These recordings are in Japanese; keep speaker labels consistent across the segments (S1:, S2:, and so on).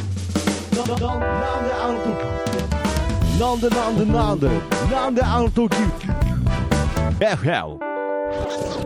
S1: なんであの時なんでなんでなんでなんであの時 FM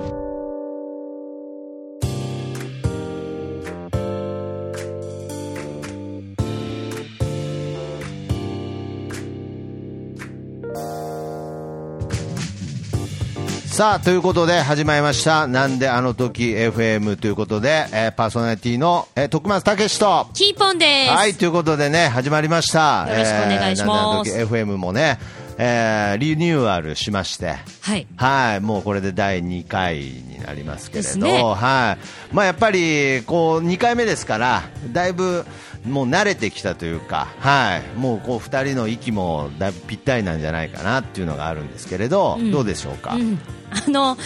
S2: さあということで始まりました「なんであの時 FM」ということで、えーパーソナリティの、えー徳松武史と。
S3: キーポンです。
S2: はいということでね始まりました
S3: よろしくお願い
S2: えー
S3: します
S2: なんであの時 FM もね、えーリニューアルしまして
S3: はい。
S2: はい、もうこれで第2回になりますけれ
S3: です
S2: ど、
S3: ね
S2: はいまあ、やっぱりこう2回目ですから、だいぶもう慣れてきたというか、はい、もうこう2人の息もだいぶぴったりなんじゃないかなっていうのがあるんですけれど、どうでしょうか。
S3: うんあの、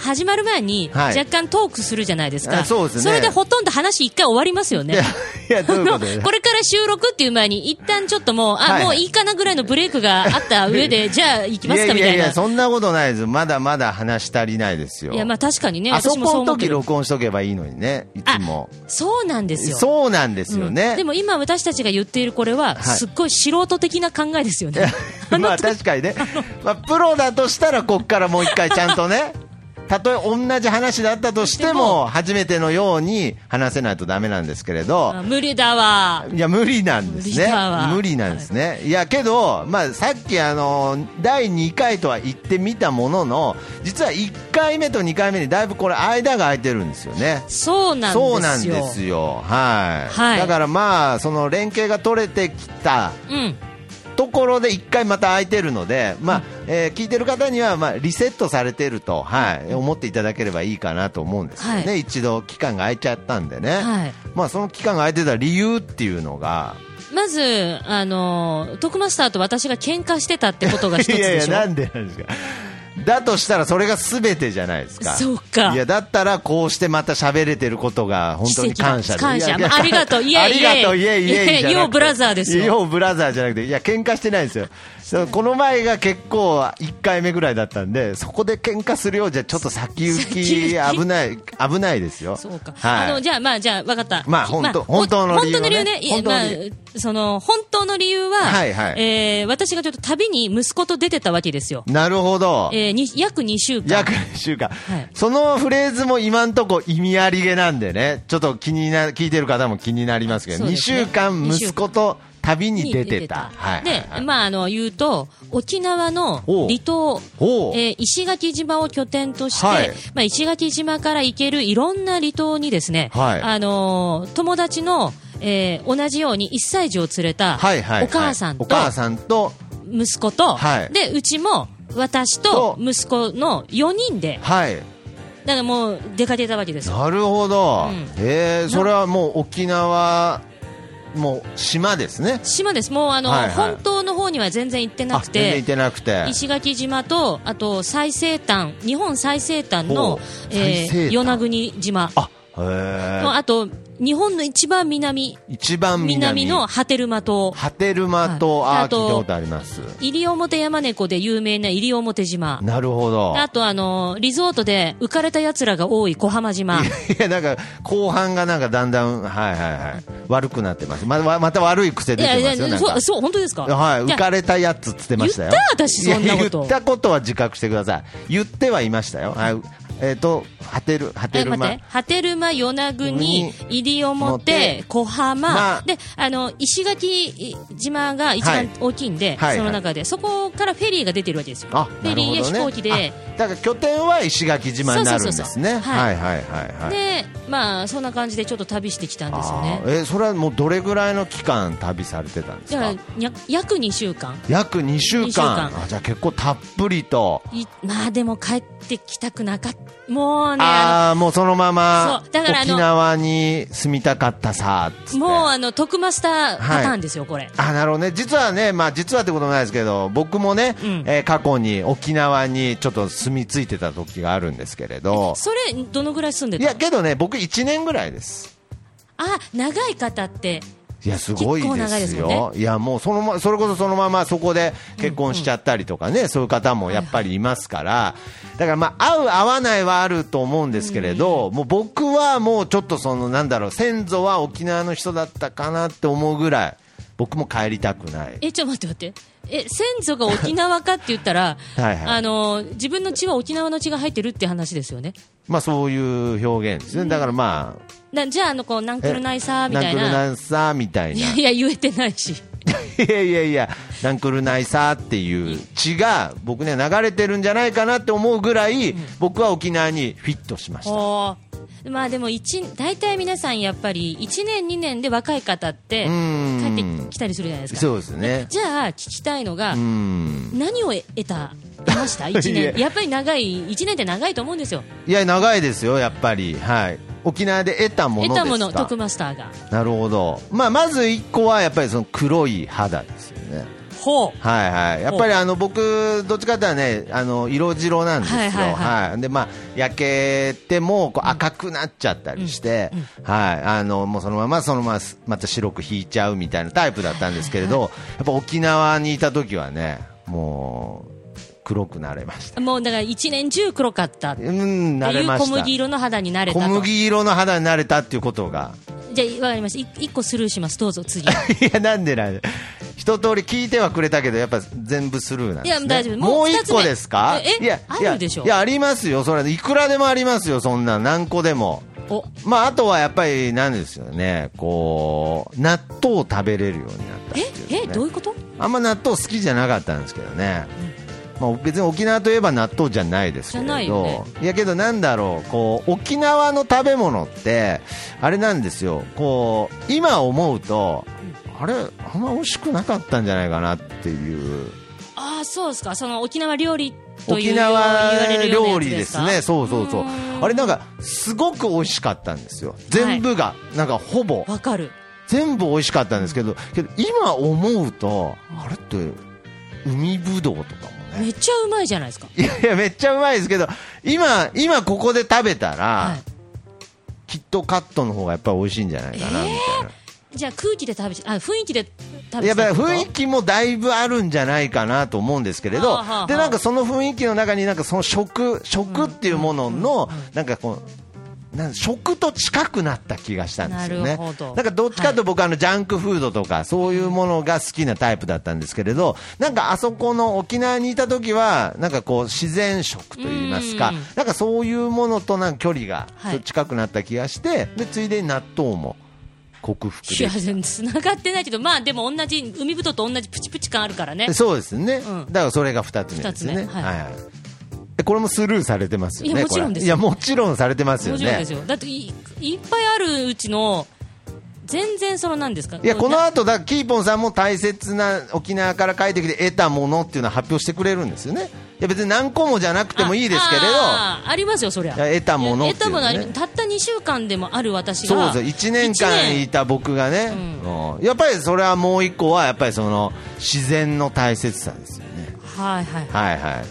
S3: 始まる前に
S2: はい
S3: 若干トークするじゃないですか。
S2: あそうですね
S3: れでほとんど話一回終わりますよ
S2: い
S3: ね
S2: や。いや、どういうこ
S3: の
S2: とで
S3: これから収録っていう前に、一旦ちょっともう、あ、
S2: はい
S3: もういいかなぐらいのブレイクがあった 上で、じゃあ行きますかみ
S2: いやいや
S3: たい
S2: い
S3: な。
S2: や、
S3: い
S2: そんなことないです。まだまだ話し足りないですよ。
S3: や、まあ確かにね、
S2: あそ
S3: 私もそ
S2: こ
S3: う
S2: の
S3: 思って
S2: 時
S3: る。
S2: 録音しとけばいいのにね、いつも。
S3: そうなんですよ。
S2: そうなんですよね。
S3: でも今私たちが言っているこれは、
S2: はい
S3: すっごい素人的な考えですよね。
S2: まあ確かにね、まあ、プロだとしたらこっからもう一回ちゃんとね たとえ同じ話だったとして
S3: で
S2: も
S3: も
S2: 初めてのように話せないとダメなんですけれど
S3: あ無理だわ。
S2: いや無理なんですね
S3: 無理だわ
S2: 無理なんですね、い、やけど、まあ、さっきあの第2回とは言ってみたものの実は1回目と2回目にだいぶこれ間が空いてるんですよね
S3: そうなんですよ。
S2: そうなんですよ、はい
S3: はい
S2: だからまあその連携が取れてきた
S3: うん。
S2: ところで一回また空いてるので、まあえー聞いてる方には、まあ、リセットされてると、はい、思っていただければいいかなと思うんですよね、
S3: は
S2: 一度期間が空いちゃったんでね、
S3: はい
S2: まあ、その期間が空いてた理由っていうのが、
S3: まず、あの、徳マスターと私が喧嘩してたってことが一つ
S2: い
S3: でしょ。
S2: やいや、なんでなんですか。だとしたらそれが全てじゃないですか。
S3: そうか
S2: いや、だったらこうしてまた喋れてることが本当に
S3: 奇跡だ
S2: 感謝で
S3: 感謝
S2: いやいや
S3: ありがとうイエイ
S2: ありがとう、
S3: イ
S2: イ
S3: エ
S2: エ
S3: イ
S2: イ、イエイじゃなくて。
S3: イエイようブラザーですよ
S2: ようブラザーじゃなくて、いや、喧嘩してないんですよ。そうこの前が結構1回目ぐらいだったんで、そこで喧嘩するようじゃちょっと先行き
S3: 先行き
S2: 危ない、危ないですよ。
S3: そうか、
S2: はい。
S3: あのじゃあ、まあ、じゃあ、わかった。
S2: まあ本当
S3: ほん
S2: 本当の理由
S3: 本当の理由
S2: ね
S3: ね。いや
S2: 本当の理
S3: まあ、その、本当の理由は、
S2: はいはい
S3: えー私がちょっと旅に息子と出てたわけですよ。
S2: なるほど。
S3: えーに約2週間。
S2: 約2週間、
S3: はい
S2: そのフレーズも今んとこ意味ありげなんでね、ちょっと気にな聞いてる方も気になりますけど、
S3: そう
S2: 2
S3: ですね
S2: 週間、
S3: 二週間
S2: 息子と旅に
S3: に
S2: 出てた、はい
S3: で、
S2: はいはい
S3: まあ、あの、言うと、沖縄の
S2: おう
S3: 離島、
S2: おう
S3: えー石垣島を拠点として、
S2: はい
S3: まあ、石垣島から行けるいろんな離島にですね、
S2: はい
S3: あのー友達の、えー同じように1歳児を連れた、
S2: はいはいはい
S3: お母さんと、
S2: お母さんと、
S3: 息子と、
S2: はい
S3: で、うちも、私と息子の4人で、
S2: はい、
S3: だからもう出かけたわけですよ。
S2: なるほど、
S3: うん
S2: えーそれはもう沖縄、もう島ですね、
S3: 島です。もうあの、
S2: はいはい
S3: 本島の方には全然行ってな
S2: あ
S3: く
S2: 全然
S3: て
S2: 行っ、てなくて、
S3: 石垣島と、あと最西端、日本最西端
S2: ほう
S3: の、え
S2: 最西
S3: ー、
S2: 端
S3: 与那国島
S2: あへ
S3: と、
S2: ー
S3: あと、日本の一番南、
S2: 一番南
S3: 南の波照間島、
S2: 波照間と、
S3: はい
S2: あー
S3: あと
S2: 聞いたことあります、
S3: 西表山猫で有名な西表島、
S2: なるほど。
S3: あと、あのーリゾートで浮かれた奴らが多い小浜島。
S2: いや、なんか、後半がなんかだんだん、はいはいはい、悪くなってます。まままた悪い癖
S3: い
S2: 出
S3: や
S2: て
S3: い
S2: ますよ、な
S3: や、
S2: んか
S3: そう、。そう、本当ですか
S2: はい、
S3: じ
S2: 浮
S3: ゃあ
S2: かれたやつっつってましたよ。
S3: 言った私そんなこと
S2: いや言ったことは自覚してください。言ってはいましたよ。はい、えっ、と、果てる、果て
S3: え
S2: る
S3: 待って
S2: ま。
S3: 波照間、与那
S2: に
S3: 国、西表
S2: 表、
S3: 小浜、
S2: まあ
S3: であの石垣島が一
S2: はい
S3: 番大きいんで、
S2: はい
S3: その中で、そこからフェリーが出てるわけですよ、
S2: あ、
S3: フ
S2: な
S3: ェ
S2: る
S3: リー
S2: ほ
S3: や
S2: ど
S3: 飛
S2: ね。
S3: 行機で。
S2: あだから拠点は石垣島になるんで
S3: そう
S2: す
S3: そうそう
S2: ね。
S3: そう
S2: は
S3: はいい
S2: はいはいはい。
S3: でまあ、そんな感じでちょっと旅してきたんですよね
S2: あ。ーえそれはもうどれぐらいの期間旅されてたんです
S3: だから
S2: か
S3: にゃ約2週間
S2: 約2週間
S3: 二週間
S2: あじゃあ結構たっぷりと
S3: いまあでも帰ってきたくなかったもうねあ
S2: ああーもうそのまま
S3: そうだからあの
S2: 沖縄に住みたかったさっつって
S3: のもうあの徳マスターパターンですよ、これ
S2: あなるほどね実はね、まあ、実はってこともないですけど僕もね、
S3: うん
S2: えー過去に沖縄にちょっと住み着いてた時があるんですけれど
S3: それどのぐらい住んで
S2: い
S3: た
S2: やけどね僕1年ぐらいです
S3: あ長い方って
S2: いやすごい
S3: 結構
S2: で
S3: 長いですす
S2: よ
S3: もんね
S2: いやもうその、ま、それこそそのままそこで結婚しちゃったりとかね、そういう方もやっぱりいますから、だからまあ合う合わないはあると思うんですけれど、もう僕はもうちょっとそのなんだろう先祖は沖縄の人だったかなって思うぐらい僕も帰りたくない。
S3: え、ちょっと待って待って。え、先祖が沖縄かって言ったら、
S2: はいはい
S3: あの、自分の血は沖縄の血が入ってるって話ですよね。
S2: まあそういう表現ですね。だからまあ、
S3: なじゃあ、あの、こう、ナンクルナイサーみたい
S2: ナンクル
S3: な。
S2: ナイサーみたい
S3: い
S2: な。
S3: や
S2: い
S3: いや、言えてないし。
S2: や いやいや、ナンクルナイサーっていう血が僕には流れてるんじゃないかなって思うぐらい、僕は沖縄にフィットしました。
S3: おーまあでも一大体皆さんやっぱり1年2年で若い方って
S2: うん
S3: 帰ってきたりするじゃないですか
S2: そうですね。
S3: じゃあ聞きたいのが
S2: うん。
S3: 何を得た得ました 一
S2: いや
S3: 年やっぱり長い1年って長いと思うんですよ
S2: いや、長いですよ、やっぱり。はい。沖縄で得たもの
S3: 得
S2: ですか
S3: たもの徳マスターが
S2: なるほど。まあ、まず一個は、やっぱりその黒い肌ですよね。
S3: ほう
S2: はいはい、やっぱりあの僕、どっちかっていうとね、あの色白なんですよ、
S3: はいはいは
S2: はいでまあ、焼けてもこう赤くなっちゃったりして、はい、あのもうそのままそのまますまた白く引いちゃうみたいなタイプだったんですけれど、やっぱ沖縄にいた時はね、もう黒くなれました。
S3: もうだから1年中黒かったって
S2: う、
S3: いうん
S2: なれま
S3: 小
S2: した。
S3: 麦色の肌になれたと
S2: 小麦色の肌になれたっていうことが。
S3: じゃあわかりました1個スルーしますどうぞ 次
S2: いや、なんでなんで。一通り聞いてはくれたけど、やっぱ全部スルーなんです、ね。
S3: いや大丈夫もう
S2: もう
S3: 二
S2: 一
S3: つ目
S2: 個ですか
S3: ええ
S2: いや、いや
S3: あるでしょ
S2: いや、ありますよ。それ、いくらでもありますよ。そんな、何個でも。
S3: お
S2: まあ、あとはやっぱり、なんですよね。こう、納豆を食べれるようになったって
S3: え
S2: いう、ね。
S3: えどういうこと
S2: あんま納豆好きじゃなかったんですけどね、まあ、別に沖縄といえば納豆じゃないですけれ
S3: じ
S2: ど
S3: ゃないいよね
S2: やけどなんだろうこう沖縄の食べ物ってあれなんですよこう今思うとあれあんま美味しくなかったんじゃないかなっていう
S3: ああそうですかその沖縄料理という
S2: 沖
S3: 言われ
S2: 縄
S3: るような
S2: 料
S3: や
S2: 理
S3: つで
S2: ですす
S3: か
S2: ねそうそうそう
S3: うーん
S2: あれなんかすごく美味しかったんですよ全部がなんかほぼ
S3: わかる
S2: 全部美味しかったんですけどけど今思うとあれって海ぶどうとかもね
S3: めっちゃうまいじゃないですか
S2: いやいや、めっちゃうまいですけど、今、今ここで食べたら、
S3: は
S2: きっとカットの方がやっぱり美味しいんじゃないかな、みたいな。
S3: い、じゃあ空気で食べちゃあ雰囲気で食べち
S2: や
S3: ゃ
S2: っぱり雰囲
S3: 気
S2: 気もだいぶあるんじゃないかなと思うんですけれど
S3: はあはあは、あ
S2: で、なんかその雰囲気の中に、なんかその食、食っていうものの、なんかこう、なん食と近くなった気がしたんですよ
S3: な
S2: ね。
S3: るほど
S2: なんかどっちかというと僕、あの、ジャンクフードとか、そういうものが好きなタイプだったんですけれど、なんかあそこの沖縄にいた時は、なんかこう、自然食といいますか
S3: うん、
S2: なんかそういうものとなんか距離が
S3: はい
S2: ちょっと近くなった気がして、で、ついでに納豆も克服
S3: い
S2: で
S3: や
S2: きた
S3: 全然繋がってないけどまあでも同じ海ぶどうと同じプチプチ感あるからね
S2: そうですね、
S3: うん
S2: だからそれが2つ目ですね、
S3: 二つ目はい
S2: いえこれもスルーされてますよね、
S3: いやもちろんで
S2: こ
S3: す
S2: れいやもちろんされてますよ
S3: 面白いで
S2: ね
S3: す。よだっていいっぱいあるうちの全然その何ですか
S2: いやこの
S3: な
S2: 後だキーポンさんも大切な沖縄から帰ってきて得たものっていうのを発表してくれるんですよね、いや別に何個もじゃなくてもいいですけれど、
S3: ああありますよそりゃ
S2: いや得たもの
S3: い
S2: っ
S3: や
S2: て
S3: 得
S2: い
S3: た
S2: うね
S3: ものありたった2週間でもある私
S2: そう
S3: が
S2: ですよ1年
S3: 一
S2: 間
S3: 年
S2: いた僕がね、うんやっぱりそれはもう一個は、やっぱりその自然の大切さですよね、
S3: はいはいは
S2: はい はい、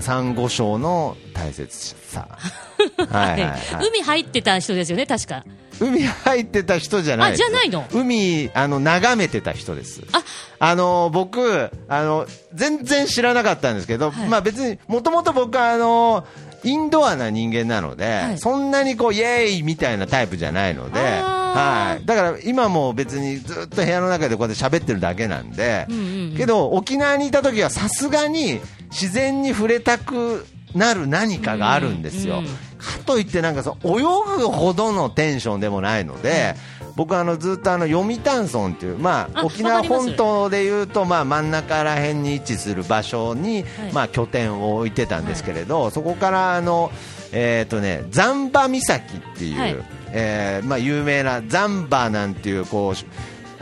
S2: サンゴ礁の大切さ、はい
S3: い
S2: はい、はい、
S3: はい海入ってた人ですよね確か
S2: 海入ってた人じゃないです
S3: あじゃないの
S2: 海あの眺めてた人です
S3: あ
S2: あの僕あの全然知らなかったんですけど、
S3: はい
S2: まあ別にもともと僕はあのインドアな人間なので、
S3: はい
S2: そんなにこうイエーイみたいなタイプじゃないので、
S3: あー
S2: はい、だから今も別にずっと部屋の中でこうやって喋ってるだけなんで、
S3: うんうんうん
S2: けど沖縄にいた時はさすがに自然に触れたくなる何かがあるんですよ、
S3: うんうん
S2: かといってなんかその泳ぐほどのテンションでもないので、僕はあのずっとあの読谷村っていう、まあ、
S3: あ
S2: 沖縄
S3: わかります
S2: 本島でいうとまあ真ん中ら辺に位置する場所に、
S3: はい
S2: まあ、拠点を置いてたんですけれど、そこからあの、えーとね、ザンバ岬っていう、
S3: はい
S2: えーまあ、有名なザンバなんていうこう、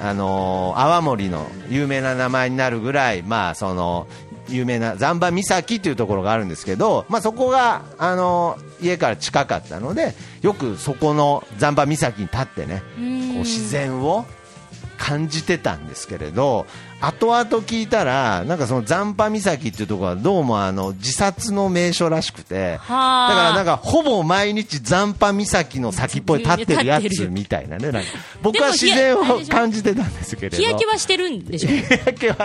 S2: あのー泡盛の有名な名前になるぐらい、まあ、その有名なザンバ岬というところがあるんですけど、まあ、そこが、あのー家から近かったのでよくそこのザンバ岬に立ってね
S3: うん
S2: こう自然を感じてたんですけれど後々聞いたら、なんかその残波岬っていうところはどうもあの自殺の名所らしくて、だか
S3: はあ
S2: らなんかほぼ毎日残波岬の先っぽに立ってるやつみたいなね、なんか僕は自然
S3: でもひやあ
S2: を
S3: れでしょ
S2: 感じてたんですけれど。
S3: 日焼けはしてるんでしょ
S2: 日焼けは、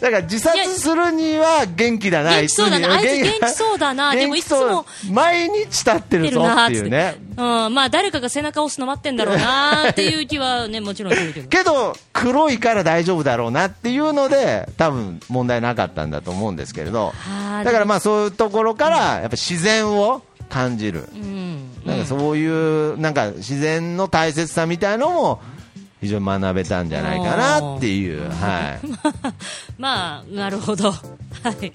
S2: だから自殺するには元気だな、
S3: 元気そうだなあいつ元気そうだなでもいつも
S2: 元気そう毎日立って
S3: て
S2: る
S3: る
S2: ぞ
S3: なー
S2: っ
S3: って
S2: い
S3: つっ
S2: う
S3: て、
S2: ね。
S3: うん、まあ誰かが背中を押すの待ってんだろうなーっていう気はね、もちろんするけ ど。
S2: けど、黒いから大丈夫だろうなっていうので、多分問題なかったんだと思うんですけれど
S3: は、い
S2: だからまあそういうところから、やっぱ自然を感じる、
S3: うん。
S2: なんかそういう、なんか自然の大切さみたいのも、非常に学べたんじゃないかなっていう、はい。
S3: まあ、なるほど。はい。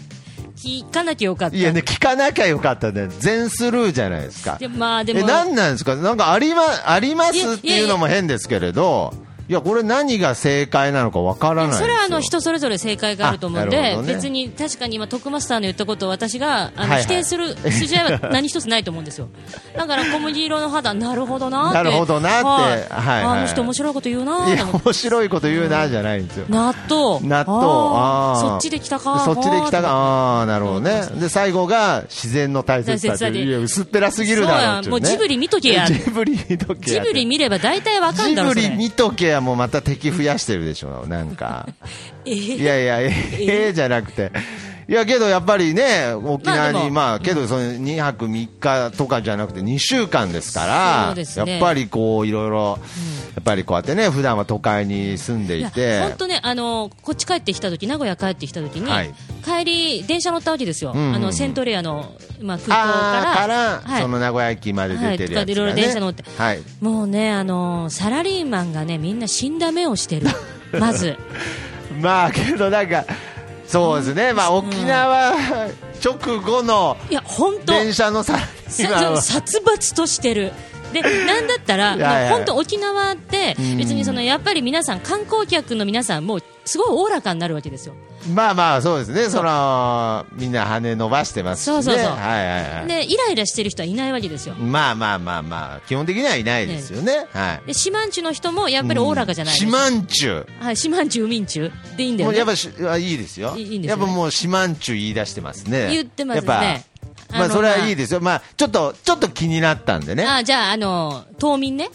S3: 聞かなきゃよかった。
S2: いやね、聞かなきゃよかったね、全スルーじゃないですか。
S3: でまあでも
S2: え、なんなんですか、なんかあり,、ま、ありま
S3: いやい
S2: す
S3: や
S2: っていうのも変ですけれど、いや、これ、何が正解なのかわからないです
S3: そ
S2: よ
S3: れはあの人それぞれ正解があると思うん
S2: あなる
S3: で、
S2: ほどね
S3: 別に確かに今、徳マスターの言ったことを私があ
S2: はいは
S3: の
S2: い
S3: 否定する筋合いは何一つないと思うんですよ、だから小麦色の肌、なるほどなーって、
S2: なるほどなーってはいはい
S3: あの人、面白いこと言うないーと
S2: や、
S3: 思って
S2: 面白いこと言うなじゃないんですよ。
S3: 納豆、
S2: 納豆、
S3: あ
S2: あ
S3: ー
S2: ー
S3: そっちで来たか、
S2: そっちで来た
S3: あー
S2: か、あーなるほどね。で、最後が自然の大切さ
S3: 大切さ
S2: っ
S3: で
S2: ていう、いや、薄っぺらすぎるだろってい
S3: そうやもうジブリ見とけや
S2: ジブリ見とけ
S3: ジ
S2: やって
S3: ブリ見れば大体わかん
S2: ジ
S3: だろ、
S2: ブ
S3: そ
S2: リ
S3: れ。
S2: 見とけや、もうまた敵増やしてるでしょ、なんか。
S3: えー
S2: いやいや、 ええじゃなくて。いやけどやっぱりね、沖
S3: まあ
S2: 縄
S3: でも
S2: に、まあ、けどその2泊3日とかじゃなくて、2週間ですか
S3: そう
S2: ら、
S3: ですね
S2: やっぱりこう、いろいろ、やっぱりこうやってね、普段は都会に住んで
S3: い
S2: い
S3: や
S2: て、
S3: 本当ね、あのこっち帰ってきた時名古屋帰ってきた時に、
S2: はい
S3: 帰り、電車乗ったわけですよ、
S2: んうん
S3: あのセントレアの、まあ、空港
S2: あー
S3: か
S2: からら、
S3: はい
S2: その名古屋駅まで出てるやつが、ね
S3: はいとかでいろいろ電車乗って
S2: はい
S3: もうね、あのサラリーマンがねみんな死んだ目を してる、まず、
S2: まあけどなんかそうですね、まあ、沖縄直後の
S3: いや、本当、
S2: 電車のサラリーマン
S3: さ
S2: は
S3: 殺伐としてる。でなんだったら、
S2: いやいや
S3: まあ本当、沖縄って
S2: ん
S3: 別にそのやっぱり皆さん観光客の皆さんもすごいおおらかになるわけですよ。
S2: まあまあそうですねそのみんな羽伸ばしてますし、ね、
S3: そうそうそう
S2: はいはいはい、
S3: でイライラしてる人はいないわけですよ。
S2: まあまあまあまあ基本的にはいないですよねはい
S3: で四万十の人もやっぱりおおらかじゃないです
S2: 四
S3: か。
S2: 万中
S3: はい、四万十海んちゅうでいいんだ
S2: も
S3: よ
S2: うや
S3: ね
S2: っ。ぱしあいいですよ
S3: いいいんです
S2: や
S3: よ
S2: っ
S3: ね
S2: ぱもう四万中言い出してますね
S3: 言ってますね
S2: やっぱま
S3: あ
S2: あ
S3: の
S2: それはいいですよまあちょっとちょっと気になったんでね
S3: あじゃあ、あの、島民 ね。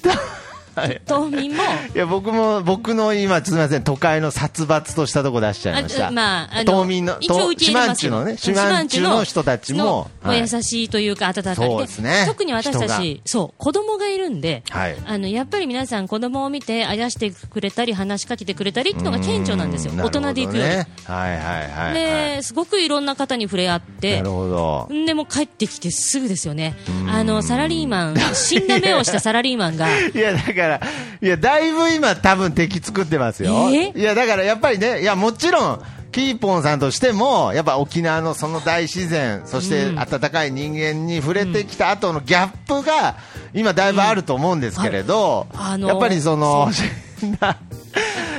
S3: 島民も、
S2: いや僕も僕の今すみません都会の殺伐としたとこ出しちゃいました。
S3: あまあ、あの
S2: 島民の
S3: 一応受け入れます
S2: 島の
S3: よ
S2: ね島万中の人たちも
S3: の
S2: はい
S3: 優しいというか温かい
S2: そうですね
S3: 特に私た
S2: 人
S3: ちそう子供がいるんで、
S2: はい
S3: あのやっぱり皆さん子供を見てあやしてくれたり話しかけてくれたりっていうのが顕著なんですよ
S2: うー
S3: 大人でいくより、
S2: なるほどねはいはいはい、はい
S3: ですごくいろんな方に触れ合って
S2: なるほど。
S3: んでもう帰ってきてすぐですよねあのサラリーマン死んだ目をしたサラリーマンが
S2: いやだから、いやだいぶ今、多分敵作ってますよ、
S3: え
S2: いやだからやっぱりね、いやもちろん、キーポンさんとしても、やっぱ沖縄のその大自然、そして温かい人間に触れてきた後のギャップが、今、だいぶあると思うんですけれど、
S3: うんああの
S2: やっぱりその、 死んだ、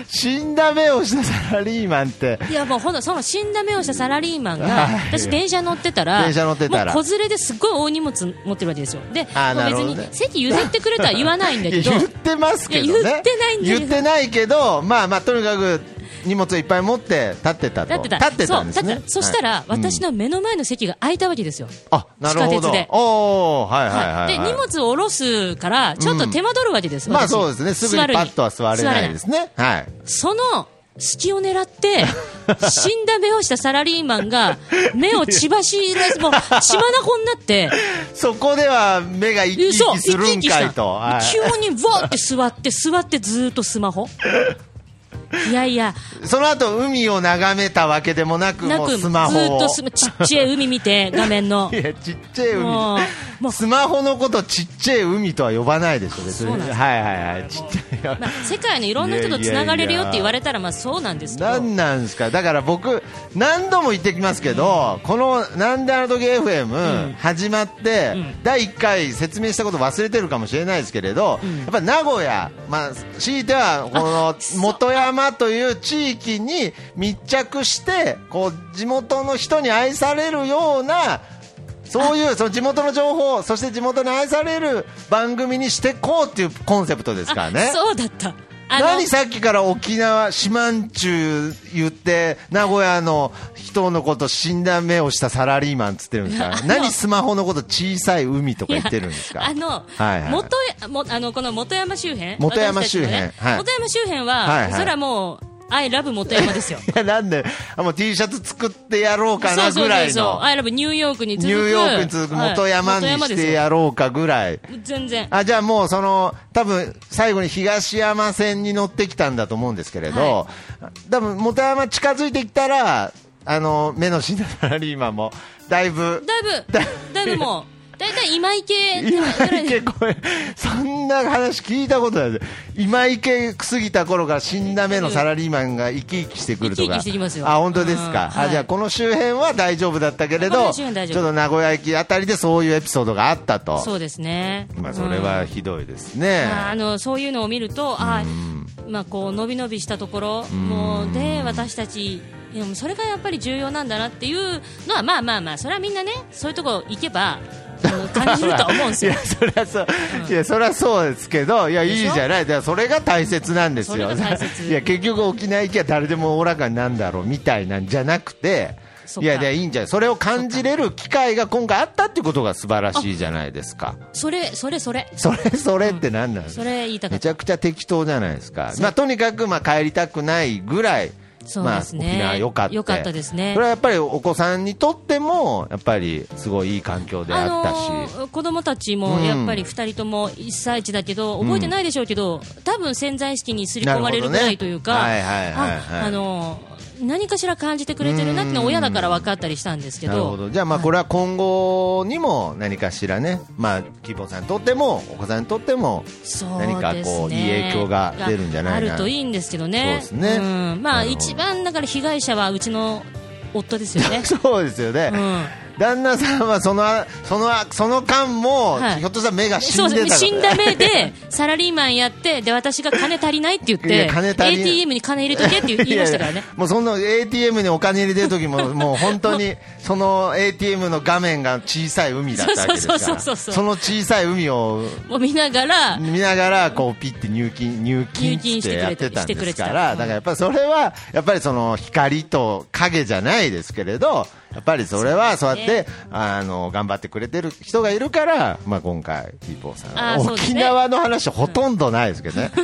S2: 死んだ目をしたサラリーマンって、
S3: いやもうほんとその死んだ目をしたサラリーマンが、
S2: はい
S3: 私、電車乗ってたら、
S2: 電車乗ってたら
S3: もう子連れですっごい大荷物持ってるわけですよ、で、
S2: あー
S3: もう
S2: な
S3: 別
S2: るほど
S3: に
S2: ね
S3: 席譲ってくれとは言わないんだけど
S2: いや、言ってますけどね
S3: いや言ってないんだけど
S2: 言ってないけどまあまあとにかく荷物をいっぱい持って立ってたと
S3: だってた、
S2: 立ってたんです
S3: そう
S2: ね
S3: 立ってたそしたら、
S2: はい
S3: 私の目の前の席が空いたわけですよ、
S2: あなるほ
S3: 地下鉄
S2: ど
S3: で
S2: おおはいはいはい、
S3: で荷物を下ろすから、ちょっと手間取るわけです、
S2: まあ
S3: 私
S2: そうですねすぐにパッとは座れないですねはい
S3: その隙を狙って、 死んだ目をしたサラリーマンが、目を血走らず、もう血まなこになって、
S2: そこでは目が生き
S3: そ
S2: 生
S3: う、
S2: きするんかいと、はい
S3: 急にわーって座って、座ってずーっと スマホ。いやいや、
S2: その後海を眺めたわけでもなく
S3: な
S2: もう
S3: く、ず
S2: スマ
S3: ー
S2: ホ
S3: っ
S2: を
S3: とスマちっちゃい海見て、画面の
S2: い。やちっちゃい
S3: もう
S2: 海
S3: もう
S2: スマホのことちっちゃい海とは呼ばないでしょ別
S3: そう
S2: に
S3: なんです
S2: はいはいはいちっちゃい
S3: まあ、世界のいろんな人とつながれるよって言われたら、まあそうなんですけど。
S2: なんなんですか、だから僕、何度も言ってきますけど、この「なんであの時 FM」始まって、
S3: うん
S2: 第1回説明したこと忘れてるかもしれないですけれど、
S3: ん
S2: やっぱ名古屋、まあ、強いてはこの
S3: そう
S2: 本山という地域に密着してこう地元の人に愛されるような。そういうその地元の情報、そして地元に愛される番組にしていこうっていうコンセプトですからね。
S3: そうだった。あの
S2: 何さっきから沖縄、島んちゅう言って、名古屋の人のこと死んだ目をしたサラリーマンっつってるんです
S3: いやあ
S2: か
S3: の
S2: 何スマホのこと小さい海とか言ってるんですか
S3: あの、
S2: はいはい
S3: 元やもあのこの元山周辺
S2: 元山周辺
S3: 私たちの
S2: はい
S3: 元山周辺は、
S2: はいはい
S3: それはもう「I love 元 山」ですよ
S2: いや、なんで、あもう T シャツ作ってやろうかなぐらい
S3: そうそうそうそう
S2: の。
S3: 「I love ニューヨーク」に
S2: ニ
S3: 続く
S2: ューヨークに続く元山に
S3: はい元山
S2: し
S3: です
S2: て
S3: よ
S2: やろうかぐらい。
S3: 全然
S2: あじゃあもうその多分最後に東山線に乗ってきたんだと思うんですけれど、多分元山近づいてきたらあの目の死んだサラリーマンもだいぶ
S3: だいぶ
S2: だ
S3: だいぶもうだいたい今池ぐ
S2: 今
S3: らいぐらいで
S2: 池これそんな話聞いたことないです今池過ぎた頃から死んだ目のサラリーマンが生き生きしてくるとか
S3: 生き生きしてきますよ
S2: あ本当ですか、
S3: うんはい
S2: あじゃあこの周辺は大丈夫だったけれ
S3: こ
S2: ど
S3: の
S2: ち
S3: 周
S2: ょっ
S3: 辺大丈夫
S2: と名古屋駅あたりでそういうエピソードがあったと
S3: そうですね
S2: まあ、それはひどいです
S3: うん
S2: ね、
S3: まああのそういうのを見るとあまあこう伸び伸びしたところもうで私たちいやもうそれがやっぱり重要なんだなっていうのはまあまあまあそれはみんなねそういうとこ行けば あの感じるとは思うんですよ
S2: いや、そりゃそう、いや、そりゃそうですけど、いや、いい
S3: し
S2: じ
S3: ょ
S2: ゃない、だからそれが大切なんですよ。
S3: それが大切
S2: いや、結局沖縄行きゃ誰でもおおらかになんだろうみたいなんじゃなくて。
S3: そっ
S2: い
S3: か
S2: や、いや、いいんじゃない、それを感じれる機会が今回あったってことが素晴らしいじゃないですか。
S3: それそれそれ
S2: それ、それって何なんです
S3: そ
S2: か。
S3: れ言いたか
S2: め
S3: った
S2: ちゃくちゃ適当じゃないですか。まあ、とにかく、まあ、帰りたくないぐらい。
S3: そうですね
S2: まあ、沖縄良かった。
S3: 良かったですね
S2: それはやっぱりお子さんにとっても、やっぱりすごいいい環境であったし。
S3: あのー子供たちも
S2: うん
S3: やっぱり2人とも1歳児だけど、覚えてないでしょうけど、多分潜在意識にすり込まれるぐらいというか、
S2: なるほどねはいはいはいはい
S3: ああのー何かしら感じてくれてるなってのは親だから分かったりしたんですけど、
S2: なるほどじゃあまあこれは今後にも何かしらね、まあ、希望さんにとってもお子さんにとっても
S3: そうですね
S2: 何かこういい影響が出るんじゃない
S3: あ
S2: な
S3: るといいんですけどね、
S2: そうですね
S3: んま
S2: な
S3: あ、
S2: るほど。
S3: 一番だから被害者はうちの夫ですよね
S2: そうですよね、
S3: うん
S2: 旦那さんはそのそのその間も、
S3: はい
S2: ひょっとしたら目が 死
S3: そ
S2: ん
S3: う
S2: でたか
S3: 死んだ
S2: 目
S3: 目でサラリーマンやってで私が金足りないって言っ
S2: い
S3: て
S2: や金足りない
S3: ATM に金入れとけって言いましたからね
S2: もうその ATM にお金入れてる時も もう本当にその ATM の画面が小さい海だったわけですか
S3: そう
S2: ら
S3: そうそうそうそう
S2: その小さい海を
S3: を見ながら、
S2: 見ながらこうピッて入金入金っ
S3: 入金しててくれた
S2: やってたんですか
S3: してくれてたう
S2: らだ
S3: ん
S2: からやっぱりそれはやっぱりその光と影じゃないですけれどやっぱりそれはそ
S3: そうう
S2: や
S3: で
S2: っ
S3: すね
S2: てあの頑張ってくれてる人がいるからまあ今回ピーポーさん
S3: あ
S2: は
S3: ーそうです
S2: 沖
S3: ね
S2: 縄の話ほとんどないですけどね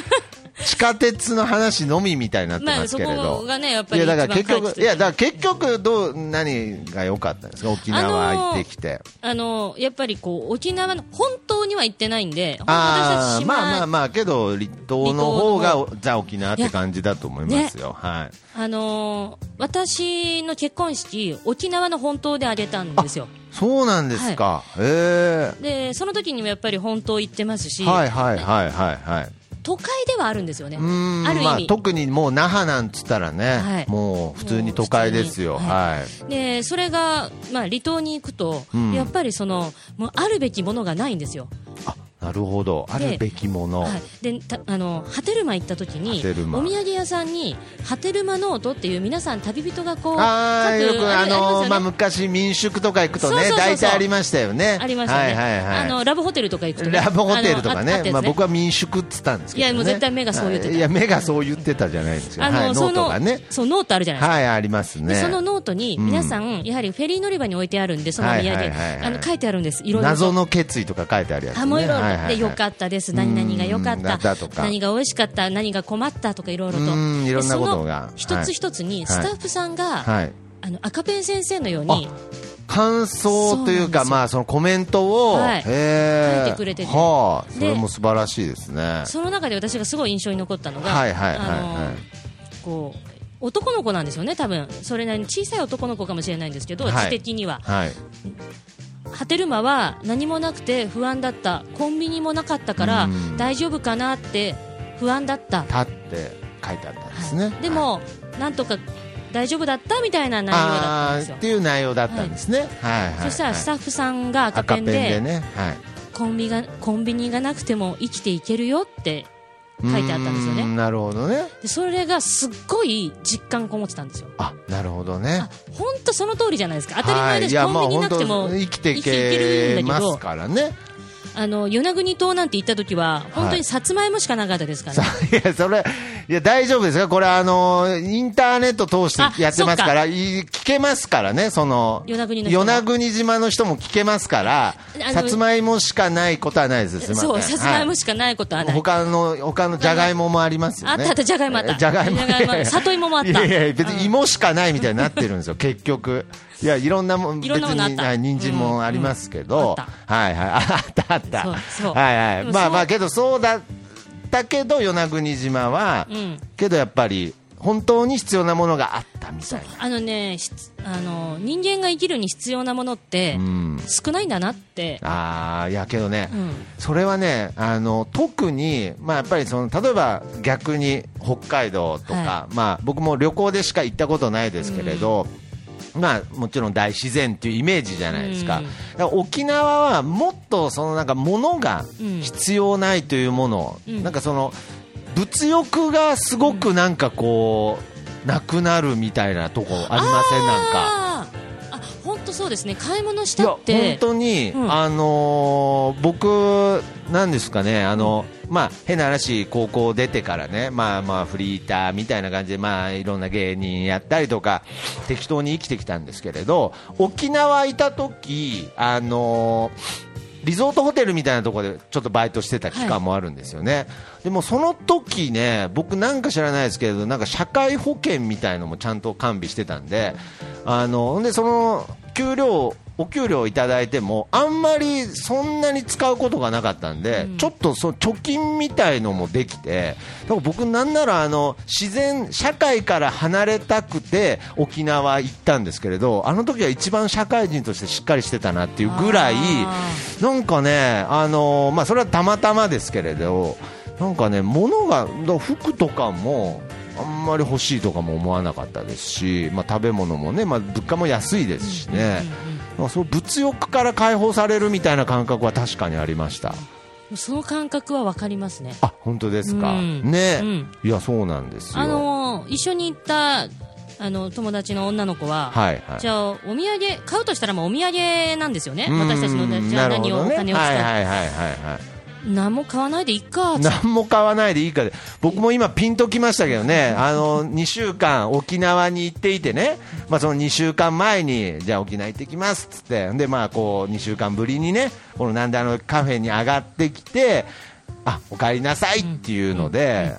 S2: 地下鉄の話のみみたいになってますけれ
S3: まあそ
S2: ど
S3: こがねやっぱ
S2: い
S3: り
S2: やだから結
S3: 一番解
S2: 局
S3: 決
S2: いやだから結局どう何が良かったんですか沖縄行ってきて
S3: あのやっぱりこう沖縄の本当には行ってないんで、本当
S2: あ
S3: 私たち
S2: ー
S3: 島、
S2: まあまあ
S3: あ
S2: まあけど離島の方がザ沖縄って感じだと思いますよ、はい
S3: のー私の結婚式、沖縄の本島であげたんですよ。
S2: そうなんですか、へ
S3: でその時にもやっぱり本島行ってますし、
S2: えはいはいはいはいはい
S3: 都会ではあるんですよね。
S2: うーん
S3: ある意味、
S2: まあ、特にもう那覇なんつったらね、
S3: はい
S2: もう普通に都会ですよ
S3: もう普通に
S2: はい、
S3: でそれが、まあ、離島に行くと、
S2: ん
S3: やっぱりそのもうあるべきものがないんですよ。
S2: なるほどあ
S3: で
S2: るべきもの、
S3: はい、でたあの波照間行った時に
S2: 波照間
S3: お土産屋さんに波照間ノートっていう皆さん旅人がこう
S2: ああ
S3: 書
S2: よくあ
S3: れりますよ
S2: の
S3: ね
S2: まあ、昔民宿とか行くとね
S3: そうそうそうそう
S2: 大体ありましたよね
S3: ありましたね、
S2: はいはいはい
S3: あのラブホテルとか行くと ね、
S2: ラブホテルとかね
S3: あのああったやつ
S2: まあ、僕は民宿っつったんですけど、ね、
S3: いやもう絶対目がそう言ってた
S2: はいいや目がそう言ってたじゃないですか、
S3: あの、
S2: はい、ノ
S3: そ
S2: ート
S3: の
S2: がね
S3: そうノートあるじゃないですか。
S2: はいありますね
S3: でそのノートに皆さん、やはりフェリー乗り場に置いてあるんで、そのお土産、
S2: はいはいはいはい
S3: あの書いてあるんです、いろいろと
S2: 謎の決意とか書いてあるやつ、ね、
S3: あもういろいろ、
S2: はいはいはい
S3: で良かったです、何々が良かっ
S2: うんだった
S3: た
S2: とか
S3: 何が美味しかった、何が困ったとか、いろいろと、
S2: うんいろんな
S3: で
S2: ことが
S3: その一つ一つに、スタッフさんが、
S2: はい、
S3: あの赤ペン先生のように
S2: 感想というか、
S3: そうなんですよ
S2: まあ、そのコメントを、
S3: はい
S2: へー
S3: 書いてくれてて
S2: はあ、そ
S3: で
S2: れも素晴らしいですね。
S3: その中で私がすごい印象に残ったのが、
S2: はいはいはいはい
S3: あのこう男の子なんですよね、多分それなりに小さい男の子かもしれないんですけど、
S2: はい
S3: 知的には。
S2: はい、
S3: ハテルマは何もなくて不安だった、コンビニもなかったから
S2: うん
S3: 大丈夫かなって不安だった、
S2: 立って書いてあったんですね。は
S3: で
S2: い、
S3: も、なんとか大丈夫だったみたいな内容
S2: あ
S3: だったんです
S2: ー
S3: よ
S2: っ。ていう内容だったんですね。はい、はい、はい。
S3: そしたらスタッフさんが赤
S2: 赤
S3: ペ
S2: ペ
S3: ン
S2: ン
S3: で
S2: でね、はい。
S3: コンビがコンビニがなくても生きていけるよって書いてあったんですよ
S2: うー
S3: ね
S2: なるほどね。
S3: でそれがすっごい実感こもってたんですよ
S2: あ、なるほどね。
S3: あ本当その通りじゃないですか当たり前です、
S2: はいいや
S3: コンビニなくて
S2: まあ
S3: も
S2: 本当生きてい
S3: 生きていけるんだ
S2: けま
S3: けど
S2: すからね。
S3: あの与那国島なんて行った時は本当にさつまいもしかなかったですか
S2: さ
S3: ら、
S2: いや、それ、いや、大丈夫ですかこれ、あの、インターネット通してやってますから、
S3: あ
S2: い聞けますからね、その、
S3: 与那国の人も
S2: 与那国島の人も聞けますから
S3: あ、の
S2: さつまいもしかないことはないです。すいません
S3: そうさつまいも
S2: し
S3: しかないことはない、
S2: 他の、他のじゃがいももありますよね。
S3: あったあったじゃがいもあった
S2: えじゃがいも。
S3: じゃがいもあった里芋もあった
S2: いやいや、別に芋しかないみたいになってるん ですよ、結局。いや、いろんなもん、
S3: いろんなものあった
S2: 別にはい人参もありますけ
S3: うんうんあ
S2: ど
S3: っ、た
S2: はいはい、あったあった。
S3: そうそう
S2: はいは
S3: で
S2: い。
S3: も
S2: まあ
S3: そう
S2: まあ、けどそうだったけど、与那国島は、
S3: うん
S2: けどやっぱり、本当に必要なものがあったみたい
S3: あのねしあの人間が生きるに必要なものって
S2: な。うん。
S3: 少ないんだなって、
S2: ああ、いやけどね、
S3: うん
S2: それはね、あの特に、まあ、やっぱりその例えば逆に北海道とか、
S3: は
S2: まあ、僕も旅行でしか行ったことないですけれど、まあ、もちろん大自然っていうイメージじゃないですか,、
S3: うん
S2: だから沖縄はもっとそのなんか物が
S3: うん
S2: 必要ないというもの、
S3: うん
S2: なんかその物欲がすごくなんかこう、なくなるみたいなとこありませんなんか。
S3: あーあ本当そうですね買い物し
S2: いや
S3: たって
S2: 本当に、
S3: うん
S2: あのー僕なんですかねあの、まあ変な話高校出てからねまあまあフリーターみたいな感じでまあいろんな芸人やったりとか適当に生きてきたんですけれど沖縄いた時あのーリゾートホテルみたいなところでちょっとバイトしてた期間もあるんですよね、でもその時ね僕なんか知らないですけれどなんか社会保険みたいのもちゃんと完備してたんであのほんでその給料お給料いただいてもあんまりそんなに使うことがなかったんで、
S3: うん
S2: ちょっとその貯金みたいのもできてだから僕なんならあの自然社会から離れたくて沖縄行ったんですけれどあの時は一番社会人としてしっかりしてたなっていうぐらい
S3: あ
S2: なんかね、あのーまあ、それはたまたまですけれど、なんかね、物が、だから服とかも、あんまり欲しいとかも思わなかったですし、まあ、食べ物もね、まあ、物価も安いですしね、まあ、そう物欲から解放されるみたいな感覚は確かにありました。
S3: その感覚は分かりますね
S2: あ、本当ですか。
S3: うん
S2: ね、
S3: うん
S2: いや、そうなんですよ。
S3: あのー一緒に行ったあの友達の女の子は、
S2: はいはい
S3: じゃあお土産買うとしたらもうお土産なんですよね
S2: うん
S3: 私たちのじゃあ
S2: なるほ
S3: 何を
S2: ど
S3: お
S2: ね
S3: 金を使
S2: は
S3: っ
S2: い
S3: て、
S2: はいはいはいはい。
S3: 何も買わないでいっ かっつって
S2: 何も買わないでいいかで、僕も今、ピンときましたけどね、あの2週間、沖縄に行っていてね、まあ、その2週間前に、じゃあ沖縄行ってきますっつって、でまあ、こう2週間ぶりにね、このなんであのカフェに上がってきて、あお帰りなさいっていうので、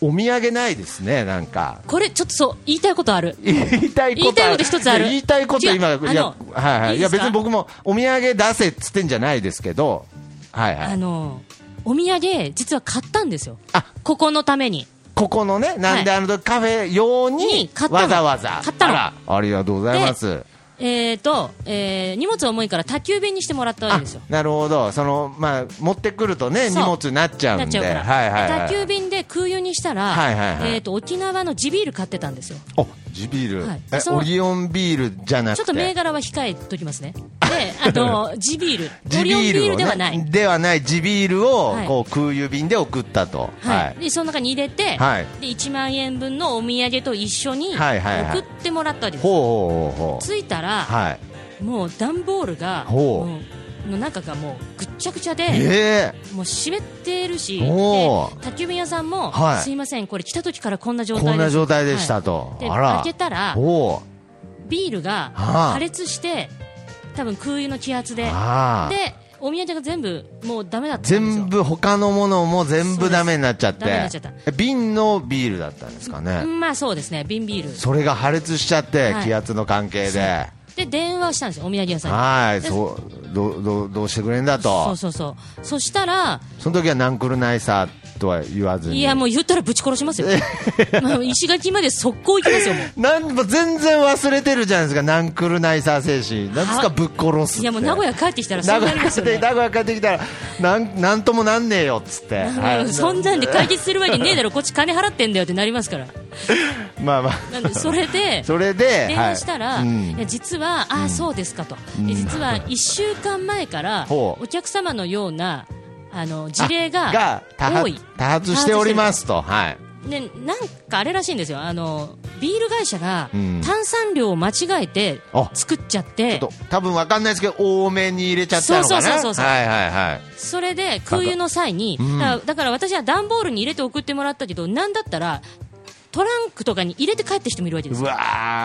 S2: お土産ないですね、なんか。
S3: これちょっとそう言いたいことある
S2: 言いたいこと
S3: 言いたいこと一つあ
S2: い
S3: る
S2: や言いたいこと今、
S3: 違う
S2: いや、
S3: あの
S2: はいはい。
S3: い
S2: い
S3: いで
S2: や、
S3: すか
S2: 別に僕もお土産出せっつってんじゃないですけど、はいは
S3: あ
S2: い。
S3: のお土産実は買ったんですよ
S2: あ
S3: ここのために
S2: ここのね、なんであの時カフェ用
S3: に
S2: に
S3: 買っ、たの
S2: わざわざ。
S3: 買ったの
S2: あらありがとうございます。
S3: えーと、えー荷物重いから宅急便にしてもらったわけ
S2: あ
S3: ですよ
S2: なるほど。その、まあ、持ってくるとね、
S3: そう
S2: 荷物になっちゃう
S3: なんっ
S2: で。
S3: ちゃうから、
S2: はいはいはい。
S3: 宅急便で空輸にしたら、
S2: はいはいはい
S3: えー、と沖縄の地ビール買ってたんですよ
S2: お、地ビール。
S3: はい
S2: え
S3: その
S2: オリオンビールじゃなく
S3: ち
S2: て。
S3: ょっと銘柄は控えと きますねであの地ビール
S2: 地
S3: オリオンビー
S2: を
S3: ル
S2: ね
S3: ではない、
S2: ではない地ビールを、
S3: はい
S2: こう、空輸便で送ったと。
S3: は
S2: は
S3: い
S2: い。
S3: でその中に入れて、
S2: はい
S3: で1万円分のお土産と一緒に
S2: はいはいはい
S3: 送ってもらったわけです、
S2: ほうほうほうほう。
S3: 着いたら、
S2: はい。
S3: もう段ボールが
S2: ほう
S3: もうの中がもうぐっちゃぐちゃで、
S2: ええ
S3: もう湿ってるし、で
S2: おー
S3: 宅急便屋さんも、
S2: はい
S3: すいません、これ来た時からこんな状態
S2: こんな状態で
S3: はい
S2: したと。
S3: で
S2: あら。
S3: 開けたら
S2: おう
S3: ビールが
S2: はあ
S3: 破裂して、多分空輸の気圧で、
S2: ああ。
S3: でお土産が全部もうダメだったんですよ。
S2: 全部他のものも全部ダメになっちゃっ
S3: そうですダメにな
S2: て
S3: っちゃった
S2: え瓶のビールだったんですかね、
S3: まあそうですね、瓶ビール。
S2: それが破裂しちゃって、
S3: はい
S2: 気圧の関係で
S3: で電話したんですよお土産屋さんに。
S2: はい
S3: で
S2: そうどどどうしてくれんだと
S3: そ
S2: そ
S3: うそうそう。そしたら
S2: の時はナンクルナイサーとは言わずに
S3: いやもう言ったらぶち殺し ますよ。まあ石垣まで速攻行きますよもう。
S2: なんも全然忘れてるじゃないですかナンクルナイサー精神なんです
S3: は
S2: かぶっ殺すって
S3: いやもう名古屋帰ってきたらそ
S2: 名
S3: うな
S2: 古
S3: りま
S2: 屋
S3: す
S2: 帰って
S3: よね
S2: 名。古屋帰ってきたらなんなんともなんねえよっつって、は
S3: うん
S2: い
S3: そんなんで解決するわけねえだろ、こっち金払ってんだよってなりますから。
S2: まあまあ
S3: なん でそれで
S2: それで
S3: 電話したら、
S2: はいうん
S3: いや実は、ああ、そうですかと、で実は1週間前から
S2: ほう
S3: お客様のようなあの事例が
S2: が多
S3: 多
S2: 発
S3: い、
S2: 多発しておりますと、はい、
S3: ね、なんかあれらしいんですよ、あのビール会社が
S2: うん
S3: 炭酸量を間違えて
S2: あ
S3: 作っちゃって、
S2: と多分わかんないですけど多めに入れちゃったのかな
S3: そうそうそうそう
S2: はいはいはい
S3: それで空輸の際に、
S2: ん
S3: だからだから私は段ボールに入れて送ってもらったけど、なんだったら、トランクとかに入れて帰って人もいるわけです
S2: う
S3: よ。
S2: わ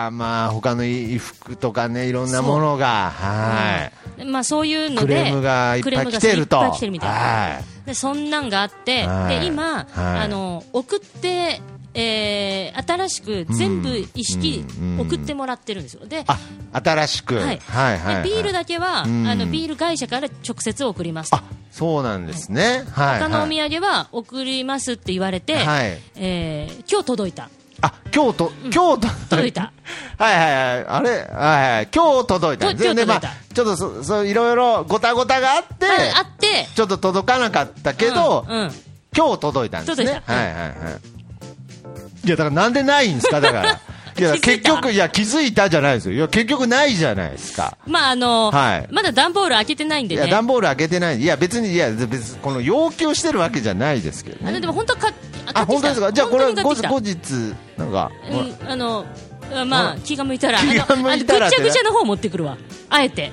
S2: ーまあ他の衣服とかねいろんなものがはい
S3: うんまあ、そういうので
S2: クレームがいっ
S3: クレ
S2: ぱ
S3: ー
S2: い
S3: ム
S2: 来
S3: が
S2: てると
S3: いっぱい来てるみたいな、
S2: は
S3: でそんなんがあって、
S2: はい
S3: で今、
S2: はい
S3: あの送って、えー新しく全部一式
S2: うんうん
S3: 送ってもらってるんですよ、で
S2: あ新しく
S3: は
S2: はいいはい
S3: でビール
S2: だ
S3: だけは、
S2: ん
S3: あのビール会社から直接送りますと
S2: あそうなんですねはい
S3: 他のお
S2: はい
S3: 土産は送りますって言われて、
S2: はい
S3: えー今日届いた
S2: あ京都京都
S3: 届いた
S2: はいはいはい、あれ、はいはい、今日届いたんですよね、
S3: 今
S2: ま
S3: 日
S2: あ
S3: 届い
S2: ち
S3: た、
S2: ょっとそそういろいろごたごたがあって、
S3: ああって
S2: ちょっと届かなかったけど、
S3: うんうん
S2: 今日届いたんですね。
S3: 届いた
S2: はいはいはい。いや、だからなんでないんですか、だ から。いや、
S3: 気づい
S2: 結
S3: た
S2: 局、いや、気づいたじゃないですよ。いや、結局ないじゃないですか。
S3: まああの
S2: はい
S3: まだ段ボール開けてないん
S2: い
S3: で
S2: や、
S3: ね
S2: 段ボール開けてない。いや、別に、いや、別に、この要求してるわけじゃないですけど
S3: あの
S2: ね。
S3: でも本当か
S2: あ、本当ですかじゃあ、これは後
S3: ご
S2: 日、後日、なんか、ほら
S3: うん、あのあまあ気が向いたら
S2: 気が向いたら
S3: あの
S2: って
S3: あのぐちゃ
S2: な
S3: ぐちゃの方持ってくるわあえて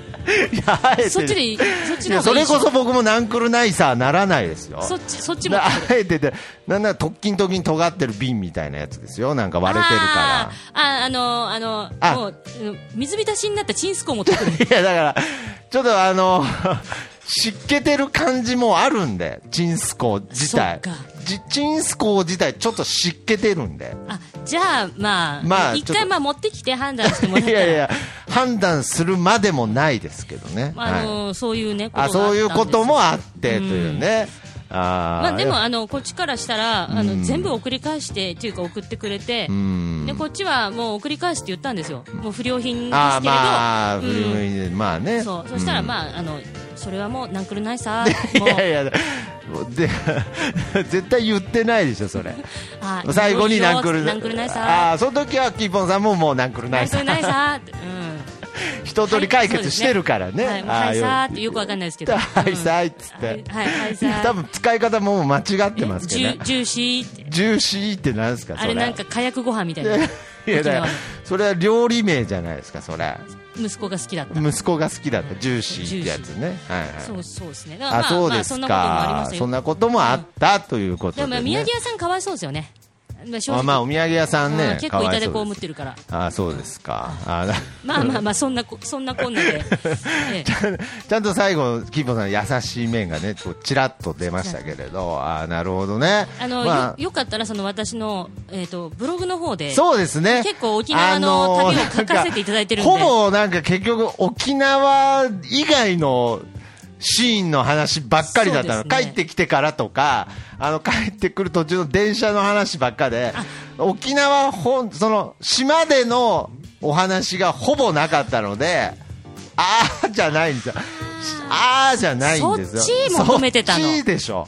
S2: いや、あえて
S3: そっちでいいそっち
S2: い
S3: の
S2: や
S3: 方
S2: そ
S3: がい
S2: れ
S3: いし
S2: こそ僕もナンクルナイサーならないですよ。
S3: そっちそっち
S2: で
S3: も
S2: あえてで、なんなら突筋突筋尖ってる瓶みたいなやつですよ。なんか割れてる
S3: あ
S2: か
S3: ーああのあの
S2: あ
S3: もううん水浸しになったチンスコー持ってく る
S2: ら。いや、だから、ちょっとあの、 湿気てる感じもあるんで、チンスコー自体
S3: そっか。
S2: じチンスコー自体ちょっと湿気てるんで。
S3: あじゃあまあ、
S2: まあ
S3: 一
S2: ちょっ
S3: 回
S2: と
S3: まあ持ってきて判断してもら っ
S2: い
S3: たら
S2: やいや、判断するまでもないですけどね。
S3: まああ
S2: はい、
S3: のそういうねことが
S2: あ、そういうことも
S3: あっ
S2: あってというね。あ
S3: た
S2: ー
S3: んですよまあ、でもあのこっちからしたらあの全部送り返してというか送ってくれて
S2: ん
S3: でこっちはもう送り返すって言ったんですよもう不良品ですけれど
S2: あーまあ、
S3: うん
S2: 古いねまあね。
S3: そうそしたら、まああのそれはもうナンクルナイサー
S2: い
S3: もう
S2: やいや、で 絶対言ってないでしょ、それ。
S3: あ
S2: 最後にナンクル
S3: ナンクルナイ
S2: あ
S3: サ
S2: ーその時はキーポンさんももうナンクル
S3: ー
S2: ナ
S3: ナ
S2: イ
S3: ンク
S2: サ
S3: ルナ
S2: ー。
S3: イサーってうん
S2: 一通り解決してるからね。
S3: はい、もう
S2: あ
S3: は
S2: あ
S3: い
S2: よ
S3: さーってよくわかんないですけ ど
S2: はい、さいっつっ
S3: はい
S2: て。
S3: はいさー
S2: 多分使い方ももう間違ってます
S3: ジ
S2: けど
S3: ュ
S2: ね。
S3: ジューシーって
S2: ジューシーってなんですか、そ
S3: あ
S2: れ。
S3: れなんか火薬ご飯みたいない
S2: や、だから
S3: 沖縄の
S2: それは料理名じゃないですか、それ。
S3: 息子が好きだった
S2: 息子が好きだった、ジューシーってやつね。はいはい。
S3: そうそうですねだから
S2: あ、
S3: まあ
S2: そう
S3: ま
S2: で
S3: あ、そ
S2: す
S3: んなこともありま
S2: かそ
S3: し。た
S2: ん
S3: よ
S2: なこともあったということ
S3: で
S2: で
S3: も
S2: ね。
S3: 宮城屋さんかわいそうですよねまあ正直
S2: あまあ、お土産屋さん
S3: う
S2: ね
S3: ん、結
S2: か
S3: 構
S2: わ
S3: 痛
S2: い
S3: 手
S2: そう
S3: こ
S2: で
S3: う
S2: す
S3: むってるから
S2: あそうですか。あな
S3: まあまあまあそんなこそんなこんなで、ええ
S2: ちゃんと最後、キーポさん、優しい面がね、こうちらっと出ましたけれど、あなるほどね。
S3: あの、
S2: ま
S3: よよかったらその私の、えー、とブログの方で
S2: そうですね。
S3: 結構沖縄の旅を書かせていただいてるんで
S2: あのーなんかほぼなんか結局、沖縄以外のシーンの話ばっかりだった
S3: そ
S2: の。
S3: うですね
S2: 帰ってきてからとか、あの、帰ってくる途中の電車の話ばっかで、沖縄本、その、島でのお話がほぼなかったので、あーじゃないんですよ。あーじゃないんですよ。
S3: そっち求めてたの
S2: そっちでしょ。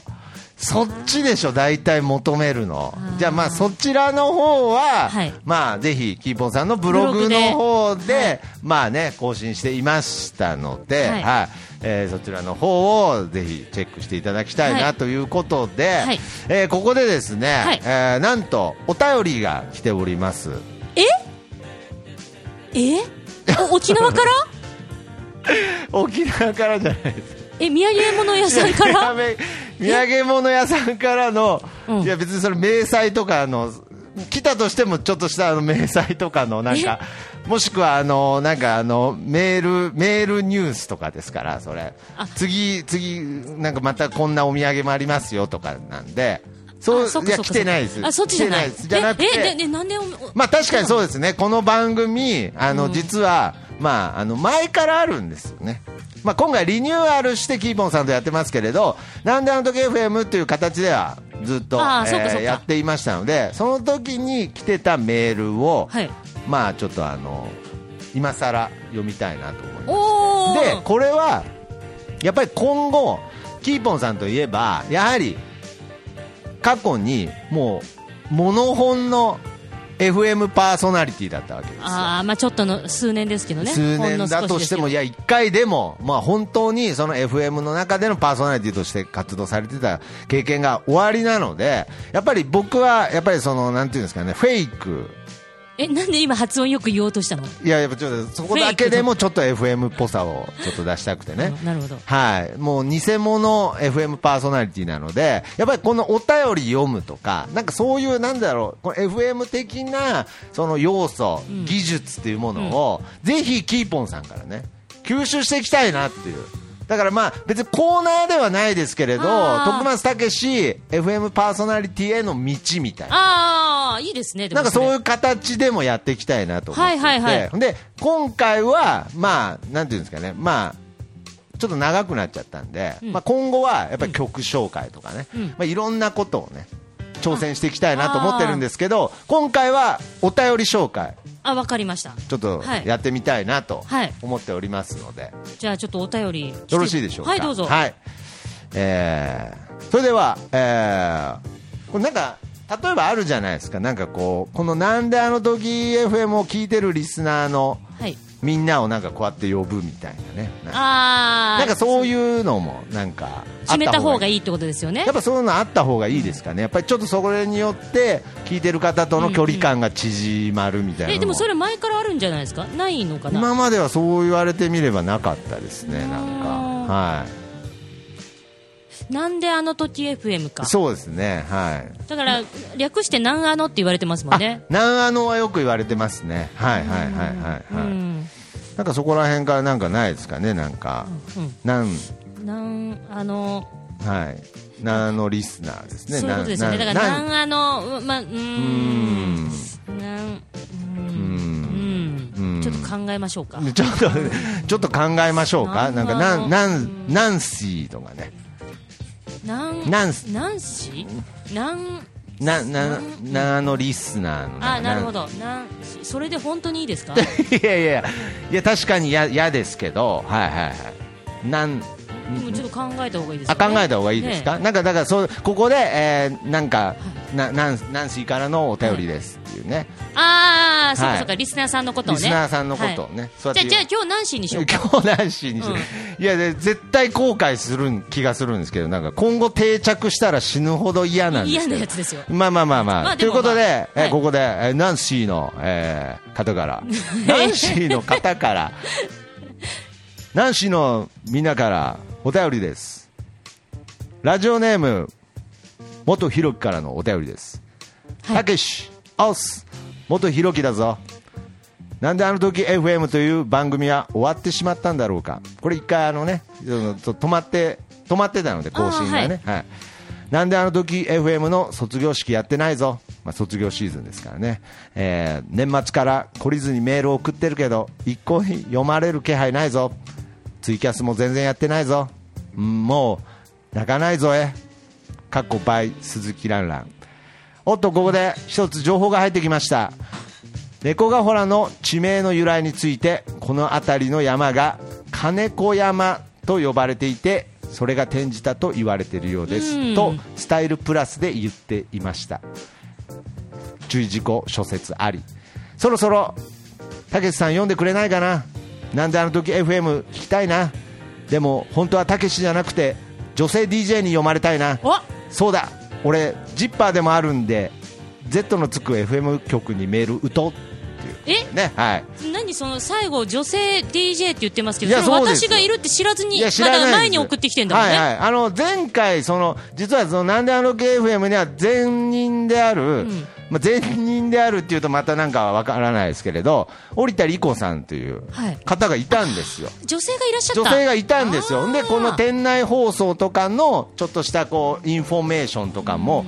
S2: そっちでしょ、大体求めるの。じゃあまあそちらの方は、
S3: はい
S2: まあぜひ、キーポンさんのブログの方で、
S3: ブログでは
S2: まあね、更新していましたので、は、
S3: はいい
S2: えーそちらの方をぜひチェックしていただきたい
S3: は
S2: ないということで、
S3: はい
S2: えーここでですね、
S3: はい
S2: えーなんとお便りが来ております。
S3: えお沖 縄から
S2: 沖縄からじゃないです
S3: え土産物屋さんか
S2: 土
S3: ら
S2: 産土産物屋さんからの、
S3: うん
S2: いや別にそれ明細とかあの来たとしてもちょっとしたあの明細とかのなんかもしくはあのなんかあのメールメールニュースとかですからそれ
S3: あ
S2: 次次なんかまたこんなお土産もありますよとかなんでそう
S3: あそっ
S2: い
S3: か
S2: や
S3: そっか
S2: 来てないです
S3: あそっちじゃな
S2: 来てない
S3: い
S2: ですじゃなくて
S3: ええででなんでおお
S2: まあ確かにそうですね、この番組、あの、
S3: うん
S2: 実は、まあ、あの、前からあるんですよね。まあ今回リニューアルしてキーポンさんとやってますけれど、なんであの時 FM という形ではずっと、
S3: あーそうかそうか
S2: やっていましたので、その時に来てたメールを、
S3: はい
S2: まあちょっとあの、今更読みたいなと思います。
S3: おー
S2: でこれはやっぱり今後キーポンさんといえばやはり過去にもうモノ本の FM パーソナリティだったわけですよ
S3: ああまあちょっとの数年ですけどね
S2: 数
S3: ほん
S2: 年
S3: の
S2: だ
S3: 少
S2: と
S3: で
S2: し
S3: すけ
S2: て
S3: ど
S2: も、いや、1回でも、まあ、本当にその FM の中でのパーソナリティとして活動されてた経験が終わりなので、やっぱり僕は、やっぱりその、なんていうんですかね、フェイク
S3: えなんで今発音よく言おうとしたの
S2: いや、やっぱちょっとそこだけでもちょっと FM っぽさをちょっと出したくてね。
S3: なるほど
S2: はい。もう偽物 FM パーソナリティなので、やっぱりこのお便り読むとか、なんかそういう、なんだろう、この FM 的なその要素、技術っていうものを、ぜひキーポンさんからね、吸収していきたいなっていう。だからまあ別にコーナーではないですけれど、
S3: あー
S2: 徳松たけし FM パーソナリティへの道みたいな。
S3: ああいいですねでも
S2: なんかそう
S3: れ
S2: いう形でもやっていきたいなと思っていて、
S3: はいはいは
S2: で今回は、まあ、なんていうんですかね、まあ、ちょっと長くなっちゃったんで、まあ、今後はやっぱり曲紹介とかね、
S3: ん
S2: まあ、いろんなことをね、挑戦していきたいなと思ってるんですけど、今回はお便り紹介、
S3: あわかりました
S2: ちょっと
S3: はい
S2: やってみたいなと
S3: はい
S2: 思っておりますので、
S3: じゃあちょっとお便り来て
S2: よろしいでしょうか。
S3: はいどうぞ、
S2: はいえーそれでは、えーこれなんか例えばあるじゃないですか、なんかこう、このなんであの時 FM を聞いてるリスナーの
S3: はい
S2: みんなをなんかこうやって呼ぶみたいなね、なんか
S3: ああ
S2: なんかそういうのも、なんかあ
S3: 決めた方が
S2: いい。
S3: いいってことですよね
S2: やっぱそういうのあった方がいいですかね、やっぱりちょっとそれによって、聞いてる方との距離感が縮まるみたいなのも、
S3: えでもそれ前からあるんじゃないですかないのかな
S2: 今まではそう言われてみればなかったですね、なんか、
S3: うん
S2: はい、
S3: なんであの時 FM か
S2: そうですね、はい、
S3: だから略してなんあのって言われてますもんね
S2: あ南アノはよく言われてますね。はいはいはいはい、はい
S3: うん
S2: なんかそこら辺からなんかないですかね、なんか。
S3: うん
S2: なん、
S3: なんあの
S2: はい。南アノリスナーですね。
S3: そういうことですよねだ
S2: な
S3: か
S2: んな
S3: らなんんあのうまあうーんなんうんうんちょっと考えましょうか
S2: ちょっと、ちょっと考えましょうか。
S3: な
S2: なんん
S3: か
S2: か、
S3: あ
S2: な
S3: の
S2: ん、なん、ナンシーとかね。
S3: なん
S2: なんす
S3: なんしなん
S2: な、な、なあのリスナーのんか。
S3: あなるほ
S2: ん。
S3: どなんしそれで本当にいいですか
S2: いやいやいや、いや、確かにや、嫌ですけど、はいはいはい。なん、
S3: でもちょっと考えた方がいいです
S2: あ
S3: よ
S2: 考
S3: ね
S2: えた方がいいですか、
S3: ね
S2: なんかだからそうここで、えーなんか、ななんナンシーからのお便りですっていうね、
S3: ああそう
S2: は
S3: か
S2: い
S3: そうかリスナーさんのことを
S2: リ
S3: ね
S2: スナーさんのことをね、そう
S3: じ
S2: やっ
S3: ゃあ
S2: て
S3: じゃあ今日何しにしようか
S2: 今日ナンシーにして、いやで絶対後悔する気がするんですけどなんか今後定着したら死ぬほど嫌なんですけ
S3: 嫌
S2: ど
S3: なやつですよ
S2: まあまあまあまあ、
S3: まあ
S2: と
S3: で
S2: いう
S3: も
S2: ことで、
S3: まあ
S2: えー
S3: はい
S2: ここで、えーナンシーの、えー方から ナンシーの方からナンシーのみんなからお便りですラジオネーム元ひろきからのお便りです
S3: はい
S2: たけしオス元ひろきだぞなんであの時 FM という番組は終わってしまったんだろうかこれ一回あのねそのと止まって止まってたので更新がねはい、なんであの時 FM の卒業式やってないぞ、まあ、卒業シーズンですからね、えー年末から懲りずにメールを送ってるけど一向に読まれる気配ないぞツイキャスも全然やってないぞ、うんもう泣かないぞえかっこバイ鈴木蘭蘭おっとここで一つ情報が入ってきました猫ヶ原の地名の由来についてこの辺りの山が金子山と呼ばれていてそれが転じたと言われているようで
S3: うん
S2: すとスタイルプラスで言っていました注意事項諸説ありそろそろたけしさん読んでくれないかななんであの時 FM 聞きたいなでも本当はたけしじゃなくて女性 DJ に読まれたいな
S3: お
S2: そうだ俺ジッパーでもあるんで Z のつく FM 局にメール打とうっていう
S3: え
S2: ねはい
S3: 何その最後女性 DJ って言ってますけ
S2: い
S3: ど
S2: や
S3: それ
S2: そうです
S3: 私
S2: よ
S3: がいるって知らずに
S2: いや知らない
S3: ま
S2: で
S3: だ
S2: す
S3: 前に送ってきてんだもんね、
S2: はいはい、あの前回その実はそのなんであの KFM には前任である、
S3: ん
S2: まあ、前任であるっていうとまたなんかわからないですけれど織田理子さんという
S3: はい
S2: 方がいたんですよ、
S3: 女性がいらっしゃった
S2: 女性がいたんです
S3: あ
S2: よ、
S3: ー
S2: でこの店内放送とかのちょっとしたこうインフォメーションとかも、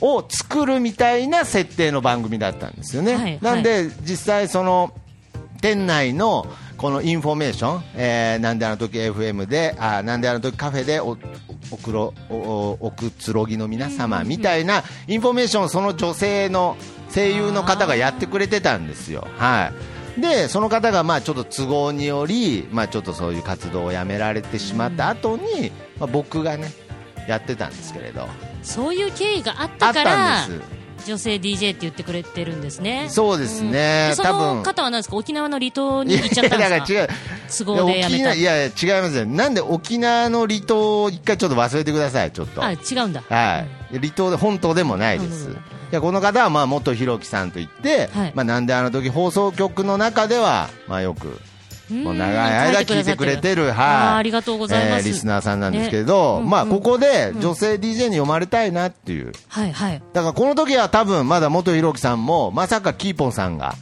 S2: を作るみたいな設定の番組だったんですよね。
S3: はい
S2: なんで実際その店内のこのインフォメーション、えーなんであの時 FM で、あーなんであの時カフェでおおくろおおおくつろぎの皆様みたいなインフォメーションをその女性の声優の方がやってくれてたんですよ。はいでその方がまあちょっと都合により、まあ、ちょっとそういう活動をやめられてしまった後に、まあ、僕がねやってたんですけれど
S3: そういう経緯があっ
S2: あった
S3: から
S2: たんで
S3: 女性 DJ って言ってくれてるんですね
S2: すそうですね、
S3: でそ
S2: 多
S3: の
S2: 分
S3: 方は何ですか沖縄の離島
S2: い
S3: に
S2: や
S3: 行っちゃったんですか
S2: だから違う
S3: 都合でやめた
S2: いや沖縄いや違いますねなんで沖縄の離島を一回ちょっと忘れてくださいちょっと
S3: あ
S2: はい
S3: 違うんだ
S2: 離島で本島でもないです
S3: うん
S2: でこの方はまあ元弘樹さんといって、
S3: はい
S2: まあ、なんであの時放送局の中では、まあ、よくもう長い間聞いてくれてる、
S3: あー
S2: は
S3: あ
S2: い、
S3: りがとうございます
S2: えーリスナーさんなんですけど、
S3: ねうん
S2: まあ、
S3: うん
S2: ここで女性 DJ に読まれたいなっていう、
S3: はいはい
S2: だからこの時は多分まだ元弘樹さんも、まさかキーポンさんが、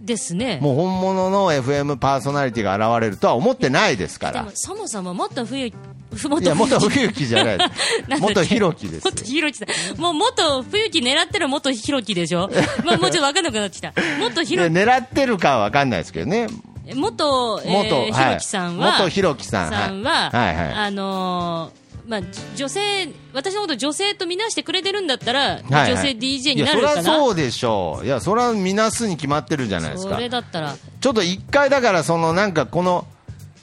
S3: ですね
S2: もう本物の FM パーソナリティが現れるとは思ってないですか
S3: で
S2: ら
S3: も。そもそ ももっと冬ふもっ
S2: いや、
S3: と
S2: 元
S3: 冬木
S2: 冬木じゃないです。
S3: なんだっけ
S2: 元弘樹です
S3: もっ。とひろきだもうもっと冬木狙ってるもっとひろきで しょまあもうちょっと分かんなくなってきたもっとひ
S2: い
S3: ろ
S2: や狙ってるかは分かんないですけどね。
S3: もっとひ
S2: 元、は
S3: ろ
S2: い
S3: きさんは
S2: 元弘樹さん。
S3: さんは、
S2: はいはいはい。
S3: あのーまあ、じ女性私のこと女性とみなしてくれてるんだったら、
S2: はい
S3: 女性 DJ になるか
S2: いや、そり
S3: な
S2: ゃそうでしょう。いや、そりゃみなすに決まってるじゃないです
S3: そ
S2: か。
S3: れだったら
S2: ちょっと一回だから、そのなんかこの、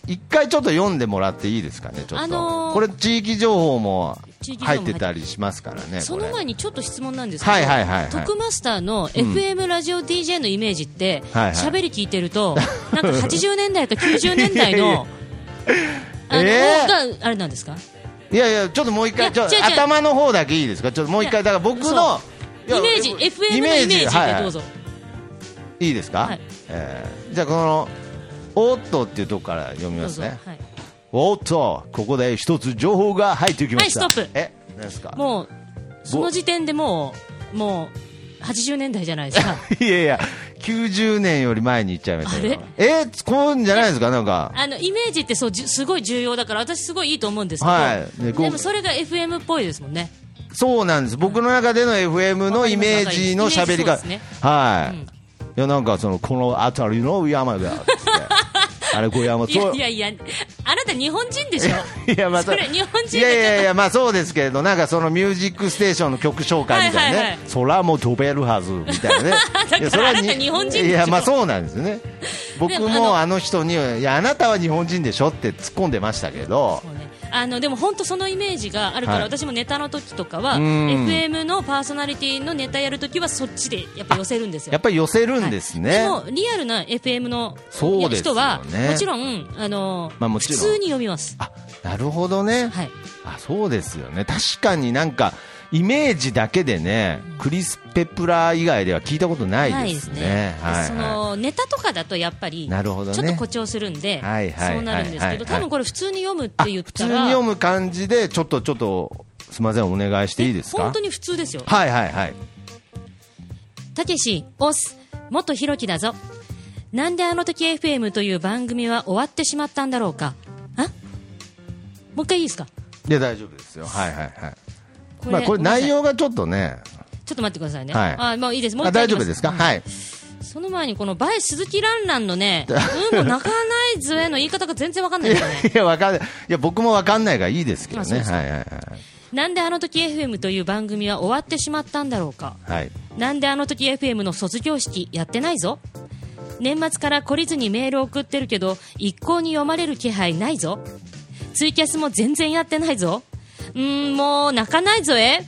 S2: 一回ちょっと読んでもらっていいですかね、ちょっと。
S3: あのー
S2: これ地域情報も
S3: 地域情報
S2: 入
S3: も
S2: ってたりしますからね、
S3: その前にちょっと質問なんですけど、
S2: はいはいはいはい
S3: トクマスターの FM ラジオ DJ のイメージって、
S2: はいはい
S3: 喋、り聞いて ると、なんか80年代か90年代の、あの、
S2: え
S3: があれなんですか
S2: いやいや、ちょっともう一回、
S3: い
S2: ちょ
S3: や
S2: っと
S3: 違う違う
S2: 頭の方だけいいですか、ちょっともう一回、だから僕のいや
S3: イメージ、
S2: 僕
S3: FM のイメージで
S2: はいはい
S3: どうぞ。
S2: いいですか、
S3: はい
S2: えーじゃあこの「おっと」っていうとこから読み
S3: ど
S2: ま
S3: う
S2: す
S3: ぞ。
S2: ね
S3: はい
S2: おっとここで一つ情報が入ってきました
S3: はいストップ
S2: え何ですか
S3: もう、その時点でもう、もう、80年代じゃないで すか。
S2: いやいや90年より前に行っちゃいましたけど
S3: あ
S2: えーこういうんじゃないですかなんか
S3: あのイメージってそうじゅすごい重要だから私すごいいいと思うんですけど、
S2: はいねこう
S3: でもそれが FM っぽいですもんね
S2: そうなんです僕の中での FM のイメージの喋り
S3: わ
S2: が
S3: かりますわかりますイメージそうですね
S2: はい、
S3: うん
S2: いやなんかそのこの辺りの山 がつってあれ小山
S3: い
S2: そ
S3: や
S2: う
S3: いやいやあなた日本人でしょ
S2: いやまあ
S3: それ日本人でち
S2: い
S3: ょっと
S2: やいやいや、まあそうですけれど、なんかそのミュージックステーションの曲紹介みたいなね、
S3: はいはいはい
S2: 空も飛べるはずみたいな ね
S3: から。
S2: いやそれは
S3: あなた日本人でしょ
S2: いや、まあそうなんですね。僕
S3: でも
S2: もあの人に、いや、あなたは日本人でしょって突っ込んでましたけど
S3: そ、うねあのでも本当そのイメージがあるから、
S2: はい
S3: 私もネタの時とかは
S2: うん
S3: FM のパーソナリティのネタやる時はそっちでやっぱ寄せるんですよ
S2: やっぱり寄せるんですね。
S3: でもリアルな FM の
S2: そうですよね
S3: 人は、もちろんあの、
S2: まあもちろん
S3: 普通に読みます
S2: あ、なるほどね。
S3: はい
S2: あ、そうですよね。確かになんか、イメージだけでね、クリス・ペプラー以外では聞いたことないですね。
S3: ないですね
S2: はい
S3: そ
S2: は
S3: のネタとかだとやっぱり
S2: なるほどね
S3: ちょっと誇張するんで、
S2: はいはい
S3: そうなるんです
S2: はい
S3: け
S2: はいはい
S3: ど多分これ普通に読むっ
S2: いあ
S3: て言っ
S2: 普通
S3: た
S2: に
S3: ら
S2: 読む感じで、ちょっとちょっと、すみません、お願いしていいですか
S3: 本当に普通ですよ
S2: はいはいはい。
S3: たけしオス元ひろきだぞなんであの時 FM という番組は終わってしまったんだろうかあもう一回いいですか
S2: いや、大丈夫ですよ。はいはいはい。
S3: こ
S2: まあ、これ
S3: ごめんなさい
S2: 内容がちょっとね、
S3: ちょっと待ってくださいね、
S2: はい
S3: あもういいですもう
S2: あ
S3: 一回
S2: 大
S3: いき
S2: 丈
S3: ま
S2: 夫ですか、はい。
S3: その前にこのバイ鈴木蘭蘭の ねうんもう泣かないずえの言い方が全然わかんないですよね
S2: いや、わかんない。いや、僕もわかんないがいいですけど
S3: あそう
S2: ね。
S3: です
S2: はいはい
S3: なんであの時 FM という番組は終わってしまったんだろうか
S2: はい。はい。
S3: なんであの時 FM の卒業式やってないぞ年末から懲りずにメール送ってるけど一向に読まれる気配ないぞツイキャスも全然やってないぞうーんもう泣かないぞえ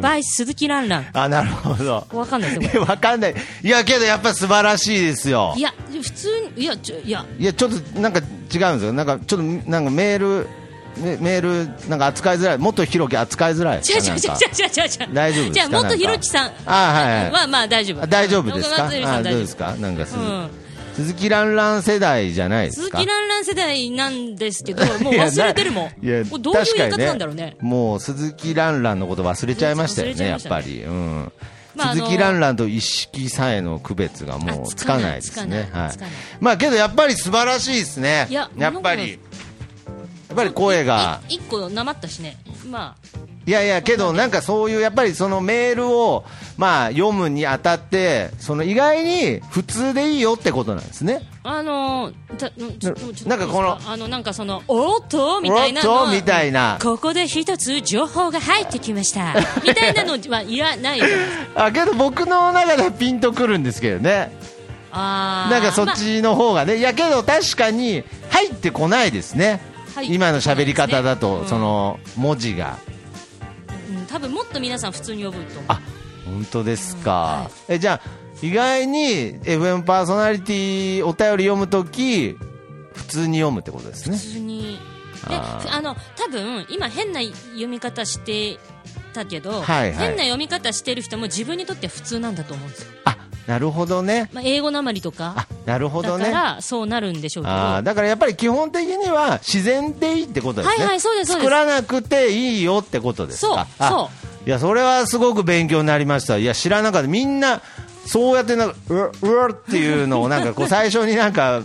S3: バイ鈴木蘭蘭
S2: あ、なるほど。
S3: わかんないで
S2: い
S3: すよこ
S2: や、わかんない。いや、けどやっぱ素晴らしいですよ
S3: れい。や普通にいやちょいや
S2: いや、ちょっとなんか違うんですよ。なんかちょっと、なんかメール、メメール、なんか扱いづらい。もっと広き扱いづらい。
S3: 違う違う違う違
S2: な
S3: う
S2: んか
S3: 違う違う
S2: 大丈夫ですか
S3: じゃあ元ひろきさん
S2: なんかあはいはい
S3: はまあ大丈夫
S2: あ大丈夫ですか
S3: 元ひろきさ
S2: あ
S3: ん
S2: ど
S3: 大
S2: う
S3: 丈夫
S2: ですかなんか鈴、
S3: うん
S2: 鈴木蘭蘭世代じゃないです
S3: 鈴
S2: か
S3: 木蘭蘭世代なんですけど、もう忘れてるもん。
S2: いや
S3: もうどういう
S2: 確か
S3: 言い
S2: に
S3: 方なんだろうね。
S2: もう鈴木蘭蘭のこと忘れちゃいましたよ
S3: 忘れちゃ
S2: ね、
S3: い
S2: や
S3: ま
S2: っ
S3: したね
S2: ぱり。うん
S3: まあ
S2: 鈴木蘭蘭と一色さえの区別がも
S3: あ
S2: う
S3: つ
S2: つ
S3: か
S2: か
S3: な
S2: ないいですね
S3: つ。かない
S2: は
S3: つ
S2: い
S3: かない。
S2: まあけどやっぱり素晴らしいですね。
S3: いや
S2: やっぱ
S3: なん
S2: り
S3: か。
S2: やっぱり声が。
S3: い一個なまったしね。まあ、
S2: いやいや、けどなんかそういう、やっぱりそのメールを、まあ読むにあたって、その意外に普通でいいよってことなんですね。
S3: あのー、たんちょちょっと
S2: なんかこの
S3: いいですかあの、なんかその、おーっとみたいなのは。
S2: おーっとみたいな
S3: ここで一つ情報が入ってきました。みたいなのはいらないじゃな いですか。
S2: あ、けど僕の中ではピンとくるんですけどね。
S3: あー
S2: なんかそっちの方がね、いやけど確かに入ってこないですね、
S3: はい
S2: 今の喋り方だ
S3: う
S2: と、
S3: ん
S2: その文字が、
S3: まあうん多分もっと皆さん普通に呼ぶと思う。
S2: あ本当です
S3: うんは
S2: か、えじゃあ、意外に FM パーソナリティお便り読むとき、普通に読むってことですね、
S3: 普通に。で、
S2: あー
S3: あの、多分今変な読み方してたけど、
S2: はいはい
S3: 変な読み方してる人も自分にとっては普通なんだと思うんですよ、
S2: あなるほどね
S3: まあ、英語なまりとか
S2: あなるほど
S3: だ
S2: ね
S3: からそうなるんでしょうけど
S2: あーだからやっぱり基本的には自然でいいってことですね、
S3: はいはいそうですそうで
S2: 作
S3: す
S2: らなくていいよってことですか
S3: そう
S2: あ
S3: そ
S2: いやそれはすごく勉強になりましたいや知らなかったみんなそうやってなんかうわうわっていうのをなんかこう最初になん か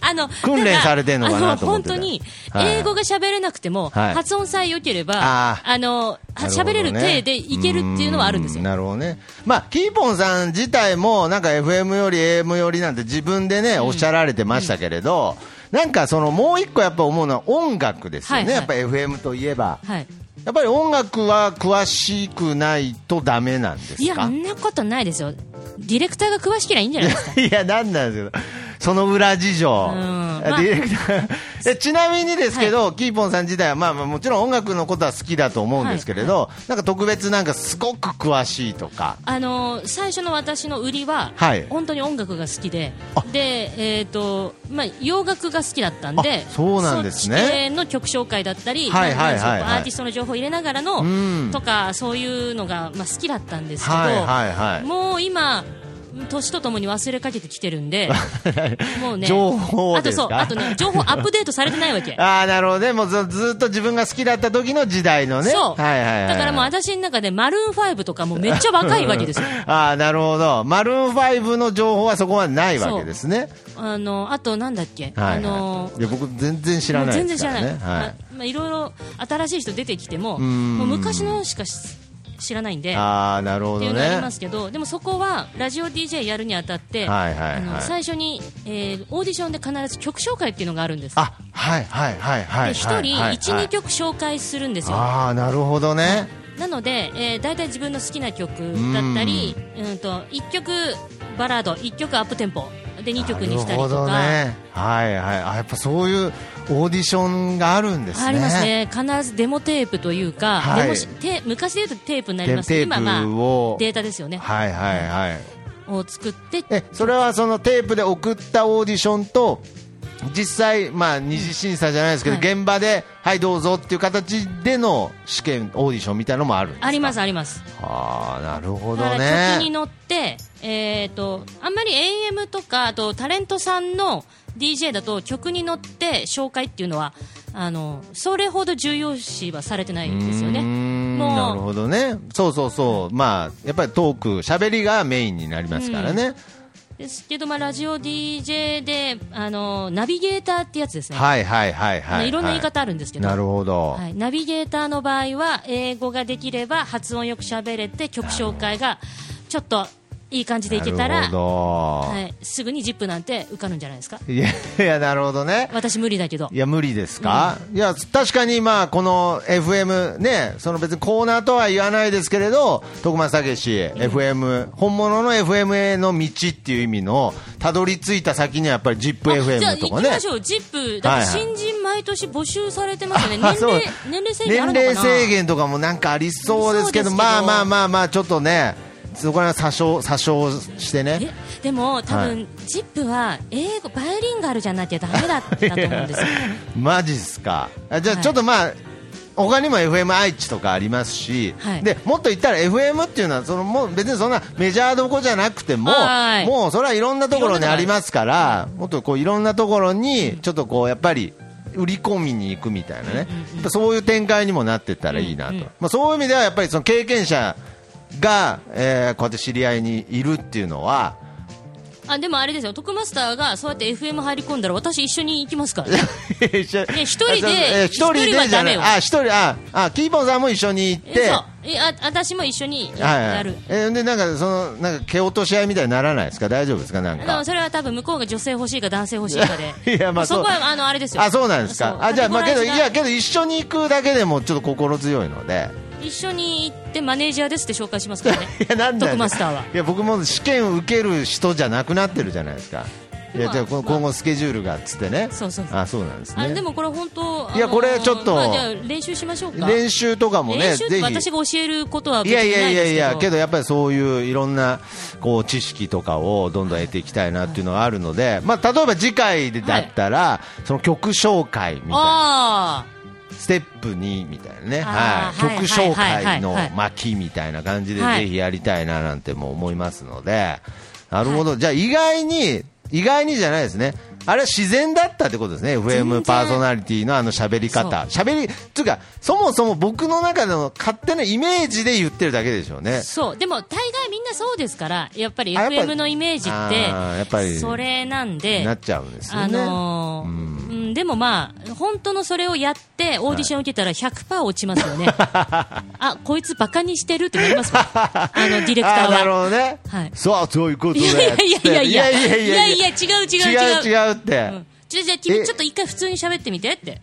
S3: あの
S2: 訓練されてんのかな
S3: だら
S2: と思ってた
S3: あの本当に
S2: はい
S3: 英語が喋れなくても、
S2: はい
S3: 発音さえ良ければ、
S2: あー
S3: あの
S2: なほど
S3: 喋れる体でいけるっていうのはあるんです
S2: う
S3: よ。
S2: なるほどね。まあ、キーポンさん自体も、なんか FM より AM よりなんて自分でね、おっしゃられてましたけれど、なんかそのもう一個やっぱ思うのは音楽ですよね。
S3: はいはい
S2: やっぱ FM といえば。
S3: はい、
S2: やっぱり音楽は詳しくないとダメなんですか
S3: いや、そんなことないですよ。ディレクターが詳しけりゃいいんじゃないですか。
S2: いや、なんなんですけど、その裏事情、
S3: うん
S2: デ
S3: まあ
S2: ィレクターえちなみにですけど、キーポンさん自体は、まあ、まあもちろん音楽のことは好きだと思うんですけれど、なんか特別、なんかすごく詳しいとか、
S3: あの最初の私の売りは、
S2: はい
S3: 本当に音楽が好きで
S2: あ、
S3: で、えっ、と、まあ、洋楽が好きだったんで。
S2: あそうなんですね
S3: そっち系の曲紹介だったり、
S2: はいはいはいはい
S3: なんかそうアーティストの情報を入れながらの、
S2: うん
S3: とか、そういうのが、まあ、好きだったんですけど。
S2: はいはい はい
S3: もう今。年とともに忘れかけてきてる んで、もうね、
S2: 情報
S3: あ
S2: で
S3: と
S2: す
S3: そう、
S2: か
S3: あとね、情報アップデートされてないわ け。
S2: ああ、なるほどね、もうずずっと自分が好きだった時の時代のね、
S3: そう、
S2: はいはいはいはい
S3: だからもう私の中でマルーン5とかもうめっちゃ若いわけですよ
S2: ああ、なるほど、マルーン5の情報はそこはないわけですね。
S3: あのあとなんだっけ、
S2: はいはい
S3: あの
S2: いや僕、全然知ら
S3: もう
S2: ない
S3: 全
S2: で
S3: 然
S2: す
S3: 知
S2: からら
S3: な
S2: ね。
S3: い、ま
S2: はい
S3: あまあ、いろいろ新しい人出てきても
S2: ん
S3: もう昔のしかし知らないんで
S2: ああ、なるほ
S3: ってい
S2: ど
S3: うのあ
S2: ね
S3: りま。すけどでもそこはラジオ DJ やるにあたって、
S2: はいはいはい
S3: あの最初に、えーオーディションで必ず曲紹介っていうのがあるんです
S2: あ、はいはいはいはい。
S3: で一人12、
S2: はいはい
S3: 曲紹介するんですよ
S2: ああ、なるほどね。
S3: なので、えー、大体自分の好きな曲だったりうんと1曲バラード1曲アップテンポで2曲にし
S2: な
S3: た
S2: る
S3: り
S2: ほ
S3: と
S2: ど
S3: か、
S2: ね。はいはい。あ、やっぱそういうオーディションがあるんですね。
S3: あります。ね必ずデモテープというか、
S2: はい
S3: デモしテ昔で言うとテープになり
S2: で
S3: ますけど
S2: テ
S3: 今は
S2: ープ
S3: まあ
S2: を。
S3: データですよね、
S2: はいはいはい。
S3: を作って
S2: え、それはそのテープで送ったオーディションと、実際、まあ、二次審査じゃないですけど、
S3: はい
S2: 現場で、はい、どうぞっていう形での試験、オーディションみたいなのもあるんですか
S3: ありますあります
S2: ああ、なるほ
S3: だ
S2: ど
S3: か
S2: ね。
S3: ら曲に乗って、えー、とあんまり AM とかあとタレントさんの DJ だと曲に乗って紹介っていうのはあのそれほど重要視はされてないんですよね
S2: うーん
S3: もう
S2: なるほどね、そうそうそう、まあ、やっぱりトーク、喋りがメインになりますからね、
S3: ですけど、まあ、ラジオ DJ であのナビゲーターってやつですね、
S2: はいはいはい
S3: あ
S2: は
S3: の
S2: い、
S3: いろんな言い方あるんですけど、
S2: なるほど、
S3: はい、ナビゲーターの場合は英語ができれば発音よく喋れて曲紹介がちょっといい感じでいけた
S2: なる
S3: ら
S2: ほ、ど、
S3: はい、すぐに ZIP なんて受かるんじゃないですか
S2: い、やいや、なるほどね。
S3: 私無理だけど
S2: いや無理ですか、いや確かに、まあ、この FM、ね、その別にコーナーとは言わないですけれど、徳間武史、FM、本物の FM への道っていう意味の、たどり着いた先にはやっぱり
S3: あじゃあ
S2: ZIPFM
S3: 行
S2: と
S3: き
S2: かね。
S3: ましょう ZIP だって
S2: はいはい
S3: 新人毎年募集されてますよね、
S2: あ
S3: 年齢
S2: そう
S3: 年齢制限ある
S2: 年
S3: のか
S2: 齢制
S3: な
S2: 限とかもなんかありそうですけど
S3: ありそうですけど
S2: まあまあまあまあちょっとねそこら辺は詐称詐称してね
S3: えでも多
S2: は
S3: 分 ZIP は英語バイリンガルじゃなきゃダメだったと思うんで すよ
S2: マジっすかあじゃあ
S3: はい
S2: ちょっとまあ、他にも FM 愛知とかありますし、
S3: はい
S2: でもっと言ったら FM っていうのはそのもう別にそんなメジャーどこじゃなくても
S3: はい
S2: もうそれはいろんなところにありますからもっとこういろんなところにちょっとこうやっぱり売り込みに行くみたいなね、やっぱそういう展開にもなってったらいいなと、
S3: うんうん
S2: まあ、そういう意味ではやっぱりその経験者が、えーこうやって知り合いにいるっていうのは
S3: あでもあれですよ徳マスターがそうやって FM 入り込んだら私一緒に行きますからね
S2: 一緒
S3: や一人で
S2: あそうえ一人
S3: 一人は
S2: でじゃない
S3: ダメよ
S2: あ一人ああキーポンさんも一緒に行っ
S3: え
S2: て
S3: そうえあ私も一緒にや,、
S2: はいはい
S3: る
S2: えでなんかそのなんか蹴落とし合いみたいにならないですか大丈夫ですかなん
S3: でも
S2: か
S3: それは多分向こうが女性欲しいか男性欲しいか で
S2: いやまあ
S3: そこ
S2: そう
S3: はあのあれですよ
S2: あそうなんです
S3: そう
S2: かあじゃあまあ
S3: カテ
S2: け
S3: ゴ
S2: ど
S3: ラ
S2: い
S3: イズが
S2: やけど一緒に行くだけでもちょっと心強いので
S3: 一緒に行ってマネージャーですって紹介しますからね
S2: いやなんだよ
S3: 徳マスターはい
S2: や僕も試験受ける人じゃなくなってるじゃないですかいや
S3: まあ
S2: じゃあこ
S3: まあ
S2: 今後スケジュールがっつってね
S3: そうそうそう
S2: あそうなんです
S3: あ
S2: ね
S3: でもこれ本当あの
S2: いやこれちょっと
S3: まあじゃあ練習しましょうか
S2: 練習とかもね
S3: 練習って
S2: ぜひ
S3: 私が教えることは別
S2: い
S3: にな
S2: や
S3: い
S2: い
S3: ですけど
S2: やいやいや、けどやっぱりそういういろんなこう知識とかをどんどん得ていきたいなっていうのがあるので、まあ、例えば次回だったら、その曲紹介みたいな、
S3: ああ
S2: ステップ2みたいなね、は
S3: あー
S2: い、
S3: はい
S2: 曲紹
S3: はいは
S2: 介
S3: い
S2: の
S3: はい
S2: 巻みたいな感じで、
S3: はい
S2: ぜひやりたいななんても思いますので、なるほど、じゃあ意外に、意外にじゃないですね、あれは自然だったってことですね、FM パーソナリティのあの喋り方、喋り、つうか、そもそも僕の中での勝手なイメージで言ってるだけでしょうね。
S3: そうでも大概みんなそうですからやっぱり
S2: あやっぱ
S3: FM のイメージって
S2: あーやっぱり
S3: それなんで
S2: なっちゃうんですよね。
S3: あのーうん、でもまあ本当のそれをやってオーディション受けたら100%落ちますよね、あこいつバカにしてるってな りますもんあのディレクタ
S2: あ
S3: ー
S2: ーなるほ
S3: は。
S2: どね。
S3: はい
S2: さあ、そういうことで。
S3: いやいやいやいやいやいやいやいや違う違う違う
S2: 違う違うって。
S3: うんじゃあじゃあ君
S2: え
S3: ちょっと一回普通に喋ってみてって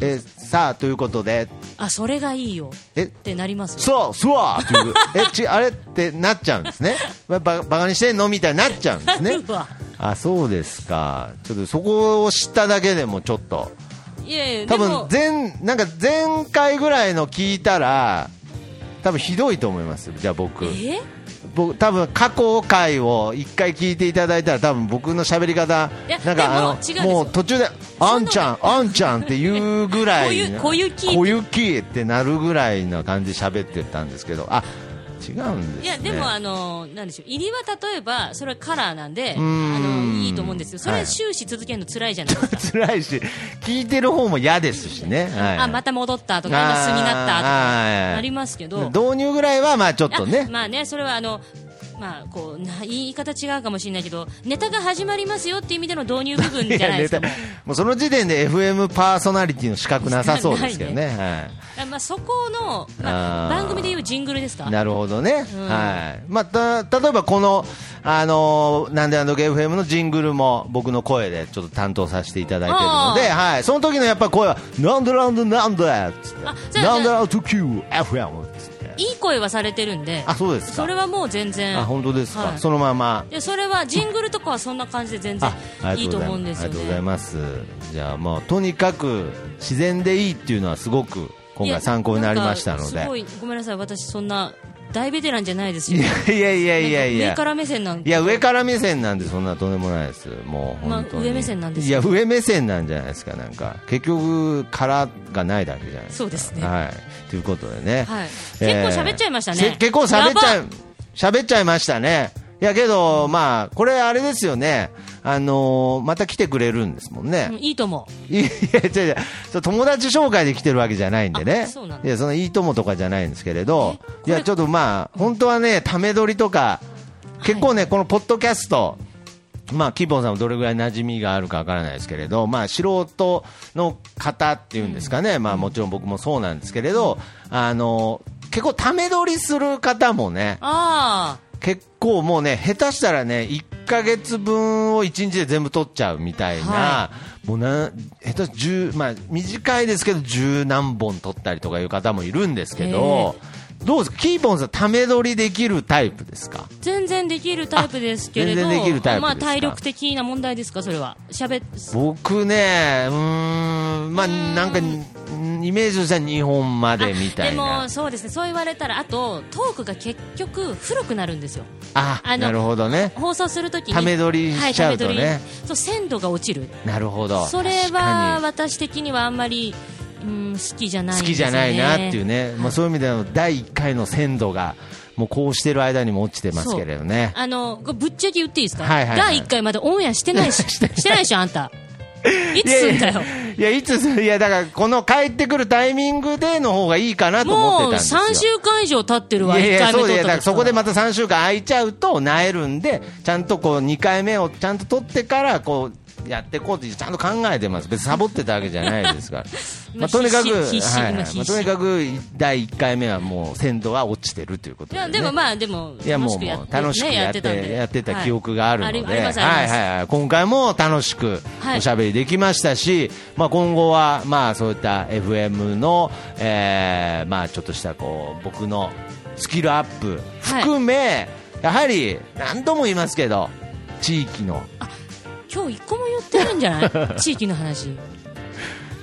S2: えさあということで
S3: あそれがいいよ
S2: え
S3: ってなりますよ
S2: そうそうって いうえちあれってなっちゃうんですねばばバカにしてんのみたいになっちゃうんです ね
S3: なるわ
S2: あそうですかちょっとそこを知っただけでもちょっと
S3: いやいや
S2: 多
S3: で
S2: 分
S3: も
S2: 前なんか前回ぐらいの聞いたら多分ひどいと思いますじゃあ僕
S3: え
S2: 僕多分過去回を一回聞いていただいたら多分僕の喋り方
S3: いや
S2: なんかあの
S3: でも違うんですよ
S2: もう途中で「あんちゃんあんちゃん」って言うぐらい
S3: 小ゆ小雪
S2: 小雪ってなるぐらいな感じで喋ってたんですけどあ違うんです、ね、
S3: いやでもあのなんでしょう入りは例えばそれはカラーなんであ
S2: ん
S3: のいいと思うんですよそ
S2: は
S3: れ
S2: い
S3: 終始続けるの辛いじゃないですか
S2: 辛いし聞いてる方も嫌ですしね、はい、
S3: あま
S2: た
S3: た戻ったとか今素になったとかありますけど
S2: 導入ぐらいはまあちょっと
S3: あ
S2: ね
S3: まあねそれはあのまあこうな言い方違うかもしれないけどネタが始まりますよっていう意味での導入部分じゃないですか
S2: いやネタもうその時点で FM パーソナリティの資格なさそうですけどねはい
S3: あまあ、そこの、
S2: あ
S3: まあ、
S2: ー
S3: 番組でいうジングルですか
S2: なるほどね、
S3: うん
S2: はいまあ、た例えばこの、あのーなんでなんだ FM のジングルも僕の声でちょっと担当させていただいてるので、
S3: あ
S2: はい、その時のやっぱ声は、なんでなんでなんだっつって
S3: あじゃあ
S2: なんでなんと QFM っつって、
S3: いい声はされてるんで
S2: あそうですか
S3: それはもう全然
S2: あ本当ですか、
S3: はい
S2: そのまま、
S3: でそれはジングルとかはそんな感じで全然
S2: ああ
S3: い
S2: り
S3: い
S2: がと
S3: と
S2: うござ
S3: 思
S2: い
S3: うんで
S2: ますす、
S3: よ
S2: ありがとうご
S3: ね
S2: ざいます、じゃあ、もうとにかく自然でいいっていうのは、すごく今
S3: いや
S2: 回、参考になりましたの
S3: なんか
S2: で。
S3: すごいごめんなさい私そんな大ベテランじゃないです
S2: い
S3: よ
S2: やいやいやいやいや
S3: 上から目線なん
S2: いや上から目線なんてそんなとんでもないです、もう本当に、
S3: まあ上目線なんです
S2: いや上目線なんじゃないですか、なんか結局、殻がないだけじゃないですか。
S3: そうですね
S2: はい、ということでね、
S3: はい
S2: えー
S3: 結構喋っちゃいましたね
S2: せ結構喋っちゃ
S3: や
S2: い喋っちゃいましたね、いやけど、まあ、これ、あれですよね、あのーまた来てくれるんですもんね。
S3: うんいいと思
S2: いや、違う違うそう、友達紹介で来てるわけじゃないんで
S3: あ
S2: ね。
S3: そうなんだ
S2: いや、そのいいともとかじゃないんですけれど
S3: えこ、
S2: い
S3: れ
S2: や、ちょっとまあ、本当はね、ため撮りとか、結構ね、このポッドキャスト、まあ、キーボンさんもどれぐらい馴染みがあるかわからないですけれど、まあ、素人の方っていうんですかね、まあ、もちろん僕もそうなんですけれど、あの、結構ため撮りする方もね、
S3: ああ
S2: 結構もうね、下手したらね、1ヶ月分を1日で全部取っちゃうみたいな、
S3: は
S2: もうな、下手十まあ短いですけど、十何本取ったりとかいう方もいるんですけど、どうですか、キーポンさん、ため撮りできるタイプですか
S3: 全然できるタイプですけれど
S2: あ全然できるタイプですか
S3: まあ体力的な問題ですかそれは喋っ
S2: 僕ね、うーん、まあなんか、うんイメージとしては日本までみたい
S3: あで
S2: な
S3: も。そうですねそう言われたらあとトークが結局古くなるんですよ
S2: あ
S3: あの
S2: なるほどね。
S3: 放送するときに
S2: ため撮りしちゃうとね
S3: はいため撮りそう鮮度が落ちる
S2: なるほど。
S3: それ
S2: 確か
S3: は
S2: に
S3: 私的にはあんまり、うん、好きじゃないん
S2: 好
S3: ですよね
S2: きじゃないなっていうね、まあ、そういう意味では第1回の鮮度がもうこうしてる間にも落ちてますけれどね
S3: あのこれぶっちゃけ言っていいですか、
S2: はいはいはい
S3: 第1回までオンエアしてないししてないでしょあんたいつすんだよ
S2: いやいやいつするいやだからこの帰ってくるタイミングでの方がいいかなと思って
S3: も
S2: た
S3: うん
S2: ですよ
S3: 3週間以上経ってるわ
S2: いやい
S3: 1
S2: や
S3: 回目
S2: そう
S3: 撮
S2: い
S3: っ
S2: やだか
S3: た
S2: らそこで
S3: ま
S2: また3週間空いちゃうとなえるんでちゃんとこう2回目をちゃんと取ってからこうやっていこうってちゃんと考えてます別にサボってたわけじゃないですから まあとにかく
S3: 必死必死
S2: はいはい
S3: 今必死
S2: まあとにかく第1回目はもう鮮度は落ちてるということ
S3: い
S2: で、
S3: や
S2: ね、
S3: でもまあでも
S2: いやもう
S3: 楽しくやって
S2: 楽しく
S3: ね
S2: やって,、
S3: たんで
S2: やってた記憶があるので、
S3: はい、
S2: は
S3: あり
S2: い
S3: ますあります、
S2: はいはい今回も楽しく
S3: はい
S2: おしゃべりできましたし、まあ、今後はまあそういった FM の、えーまあ、ちょっとしたこう僕のスキルアップ含め、やはり何度も言いますけど地域の、
S3: 今日1個も言ってないんじ ゃない地域の話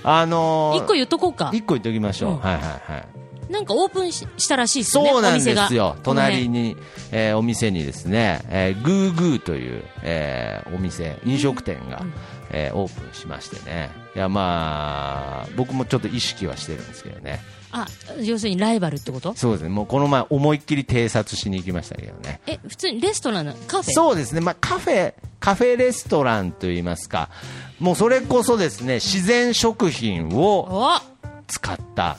S2: あのー
S3: 1個言っとこうか
S2: 一個言っておきましょう、
S3: うん
S2: はいはいはい
S3: なんかオープンししたらしいですね、
S2: そうなん
S3: お店
S2: で
S3: が
S2: すよ、隣
S3: ね
S2: に、えーお店にですね、えー、グーグーという、えーお店、飲食店が、えーオープンしましてね、いやまあ、僕もちょっと意識はしてるんですけどね、
S3: あ要するにライバルってこと
S2: そうですね、もうこの前、思いっきり偵察しに行きましたけどね。
S3: え普通にレストランのカフェ
S2: そうですね、まあ、カフェ、カフェレストランといいますか、もうそれこそですね、自然食品を
S3: お
S2: 使った、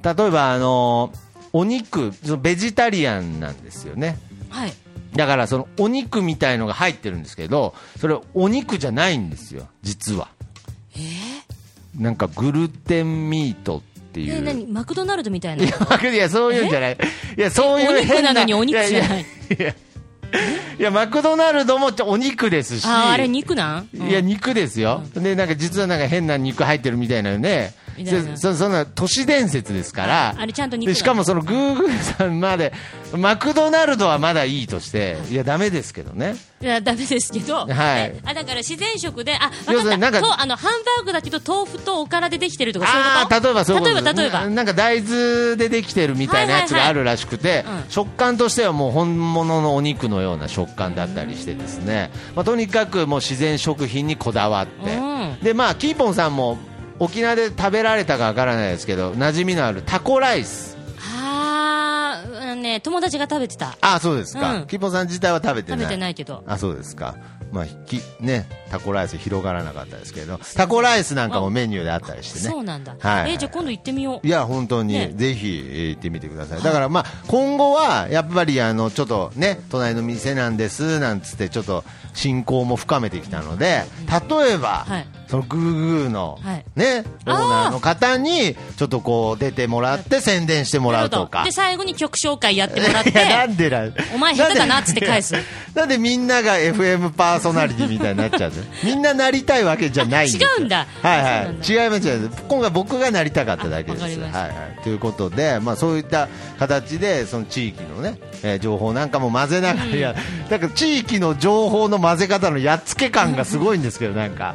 S2: 例えば、あのお肉、そのベジタリアンなんですよね。
S3: はい
S2: だからそのお肉みたいのが入ってるんですけど、それお肉じゃないんですよ、実は。なんかグルテンミートってい
S3: え
S2: う。
S3: 何マクドナルドみたいない
S2: やわか る、いや、そういうんじゃない。いや、そういう
S3: お肉
S2: 変
S3: なのにお肉じゃない
S2: やややいや、マクドナルドもちょお肉ですし。
S3: ああれ肉なん、うん
S2: いや、肉ですよ。で、なんか実はなんか変な肉入ってるみたいなのね。
S3: みたいな
S2: そそそんな都市伝説ですから。
S3: あれちゃんと肉
S2: でしかもそのグーグーさんまで、マクドナルドはまだいいとして、いや、ダメですけどね。
S3: いやダメですけど、
S2: はい
S3: えあだから自然食であ
S2: 要
S3: 分
S2: する
S3: かっ
S2: にな
S3: た
S2: んか
S3: そうあのハンバーグだけど豆腐とおからでできてるとかそういう
S2: あ
S3: こ
S2: あ
S3: と
S2: ー例えばそういうこと
S3: 例えば例えば
S2: ななんか大豆でできてるみたいなやつがあるらしくて、
S3: いはいうん
S2: 食感としてはもう本物のお肉のような食感だったりしてですね、まあ、とにかくもう自然食品にこだわって、
S3: う
S2: でまあキーポンさんも沖縄で食べられたかわからないですけど馴染みのあるタコライス
S3: あーあのね友達が食べてた
S2: ああそうですか、
S3: うん
S2: キーポンさん自体は食べてな
S3: 食
S2: い
S3: べてないけど
S2: あそうですか、まあきね、タコライス広がらなかったですけどタコライスなんかもメニューであったりしてね
S3: そうなんだ、
S2: はいはい
S3: えじゃあ今度行ってみよう
S2: いや本当に、
S3: ね
S2: ぜひえー行ってみてください、だから、まあ、今後はやっぱりあのちょっとね隣の店なんですなんつってちょっと親交も深めてきたので例えば、
S3: はい
S2: そのグーグーの、
S3: はい
S2: ね、オ
S3: あー
S2: ーナーの方にちょっとこう出てもらって宣伝してもらうと
S3: なるほど
S2: か
S3: で。最後に曲紹介やってもらっ
S2: いやな
S3: て
S2: んでだ
S3: お前下手だなっつって返す
S2: なんでなんでみんなが FM パーソナリティみたいになっちゃう のみんななりたいわけじゃないですよ
S3: 違うんだ
S2: はい
S3: そう
S2: は
S3: ないんだ
S2: 違います違います今回僕がなりたかっただけです
S3: あわかりました
S2: はいはい、ということで、まあ、そういった形でその地域のね、えー情報なんかも混ぜながら、いやなんか地域の情報の混ぜ方のやっつけ感がすごいんですけどなんか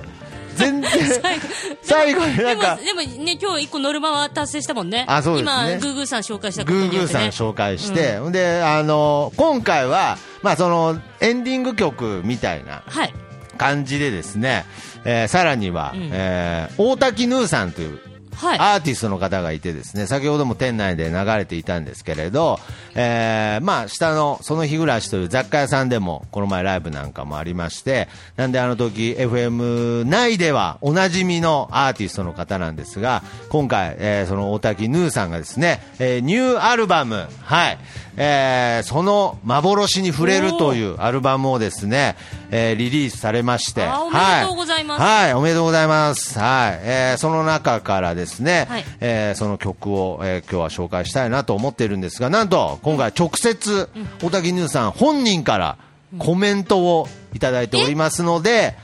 S2: 全然
S3: 最後
S2: 最後に
S3: で
S2: なん
S3: も
S2: か
S3: でもね今日一個ノルマは達成したもんね
S2: あそうですね
S3: 今グーグーさん紹介したこと
S2: グー
S3: に
S2: グ
S3: よ
S2: ー
S3: って
S2: さん
S3: ね
S2: 紹介して、ほんであの今回は、まあ、そのエンディング曲みたいな
S3: はい
S2: 感じでですね、えーさらには、
S3: ん
S2: えー大滝ヌーさんという
S3: はい
S2: アーティストの方がいてですね、先ほども店内で流れていたんですけれど、えーまあ、下のその日暮らしという雑貨屋さんでも、この前ライブなんかもありまして、なんであの時 FM 内ではおなじみのアーティストの方なんですが、今回、えーその大滝ヌーさんがですね、えーニューアルバム、はい、えーその幻に触れるというアルバムをですね、えーリリースされまして、
S3: あーおめでとうございます
S2: はいはい、おめでとうございます。はい、えーその中からですね、
S3: はい
S2: えーその曲を、えー今日は紹介したいなと思っているんですが、なんと今回直接、小滝ヌーさん本人からコメントをいただいておりますので、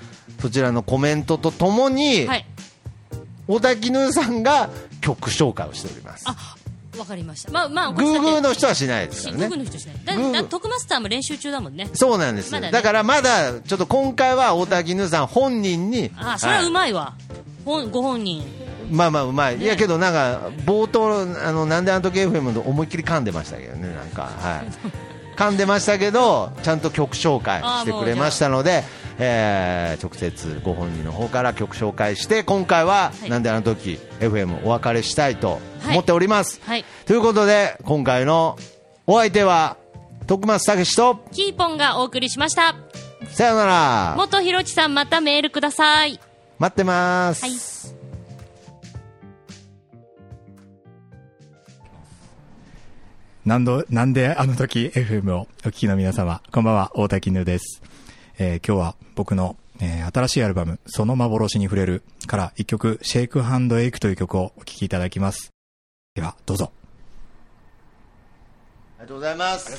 S2: そちらのコメントとともに、
S3: はい
S2: 小滝ヌーさんが曲紹介をしております。
S3: あわかりましたまあまあ
S2: グーグーの人は
S3: し
S2: しないです
S3: グ
S2: か
S3: ー
S2: ら
S3: グーの
S2: ね。
S3: 人しないだ
S2: グーグー
S3: だ徳マスターも練習中だもんね
S2: そうなんです、
S3: まだね
S2: だからまだちょっと今回は大滝ヌーさん本人に、
S3: あそれは
S2: はいう
S3: まいわ、ほんご本人
S2: まあまあうまい、
S3: ね
S2: いやけどなんか冒頭あのなんであの時 FM の思いっきり噛んでましたけどねなんかはい噛んでましたけどちゃんと曲紹介してくれましたので、えー直接ご本人の方から曲紹介して今回は、
S3: はい
S2: なんであの時 FM お別れしたいと思っております、
S3: はい
S2: ということで今回のお相手は徳松武史と
S3: キーポンがお送りしました
S2: さよなら
S3: 元ひろちさんまたメールください
S2: 待ってます、
S3: はい
S4: なんど、なんであの時 FM をお聞きの皆様、こんばんは、大滝ぬです。えー今日は僕の、えー新しいアルバム、その幻に触れるから一曲、シェイクハンドエイクという曲をお聴きいただきます。では、どうぞ。
S2: ありがとうございます
S5: ね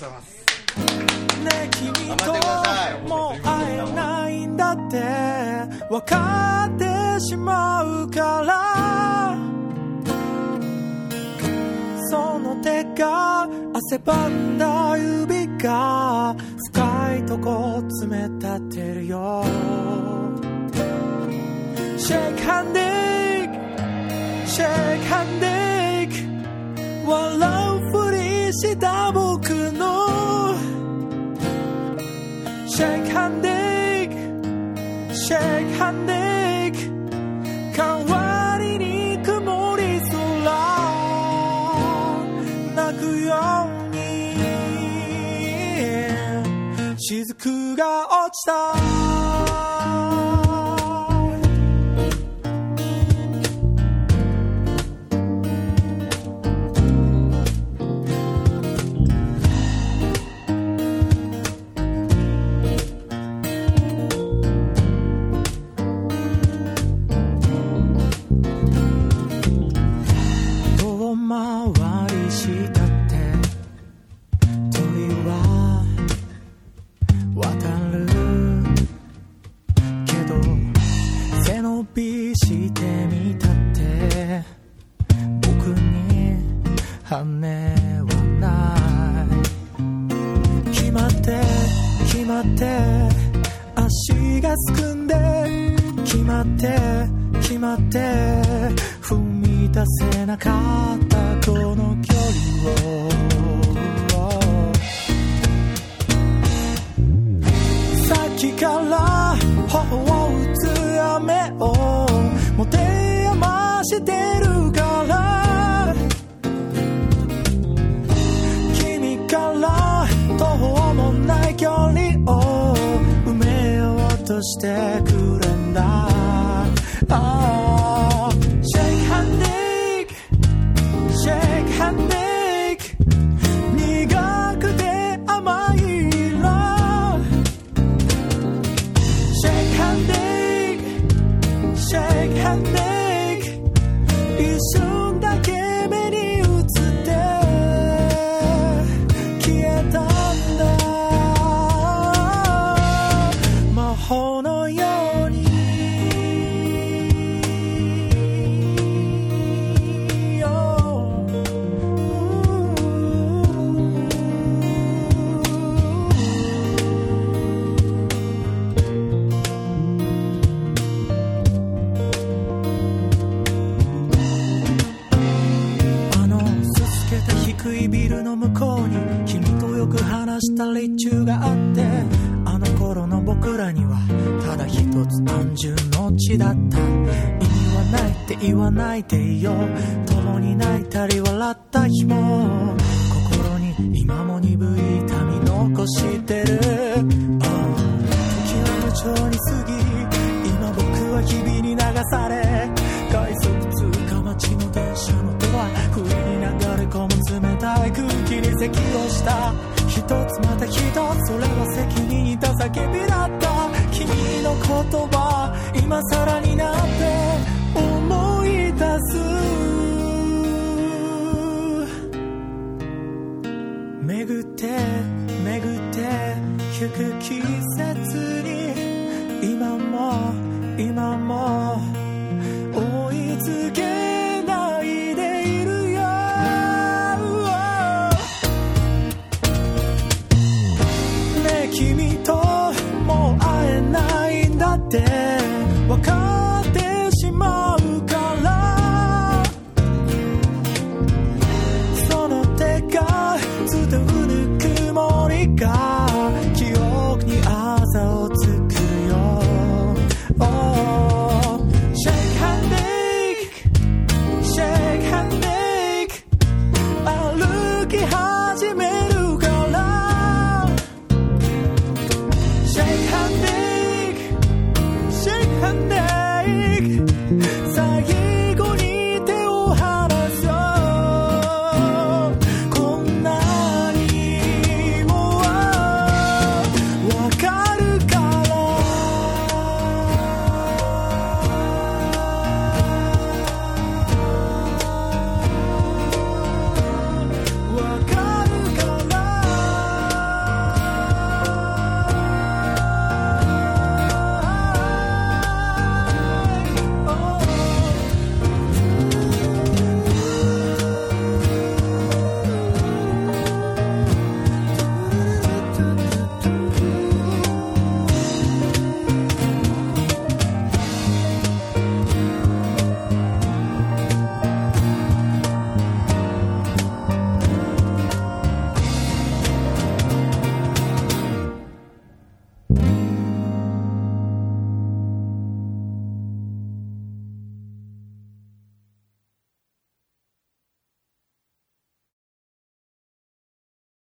S5: 君と
S2: 頑張ってください
S5: もう会えないんだって分かってしまうからその手が汗ばんだ指が深いとこ詰め立てるよ Shake hand shake hand 私笑うふりした僕の Shake handshake Shake handshake 代わりに曇り空泣くように雫が落ちた遠回りしたって鳥は渡るけど背伸びしてみたって僕に羽はない決まって決まって足がすくんで決まって決まって踏み出せなかったこの距離をさっきから頬を打つ雨を持て余してるから君から途方もない距離を埋めようとしてくるんだああ Shake handshake Shake handshake 苦くて甘い色 Shake handshake Shake handshake 一瞬だけ目に映って消えたんだ魔法のようにあのすすけた低いビルの向こうに君とよく話した立中があってあの頃の僕らにはただ一つ単純の血だった意味はないって言わないでいいよ共に泣いたり笑った日も心に今も鈍い痛み残してる、ああ時は無情に過ぎ今僕は日々に流され快速通過街の電車のドア不意に流れ込む冷たい空気に咳をした一つまた一つそれは責任にた叫びだった君の言葉今更になって思い出す巡って巡ってゆく季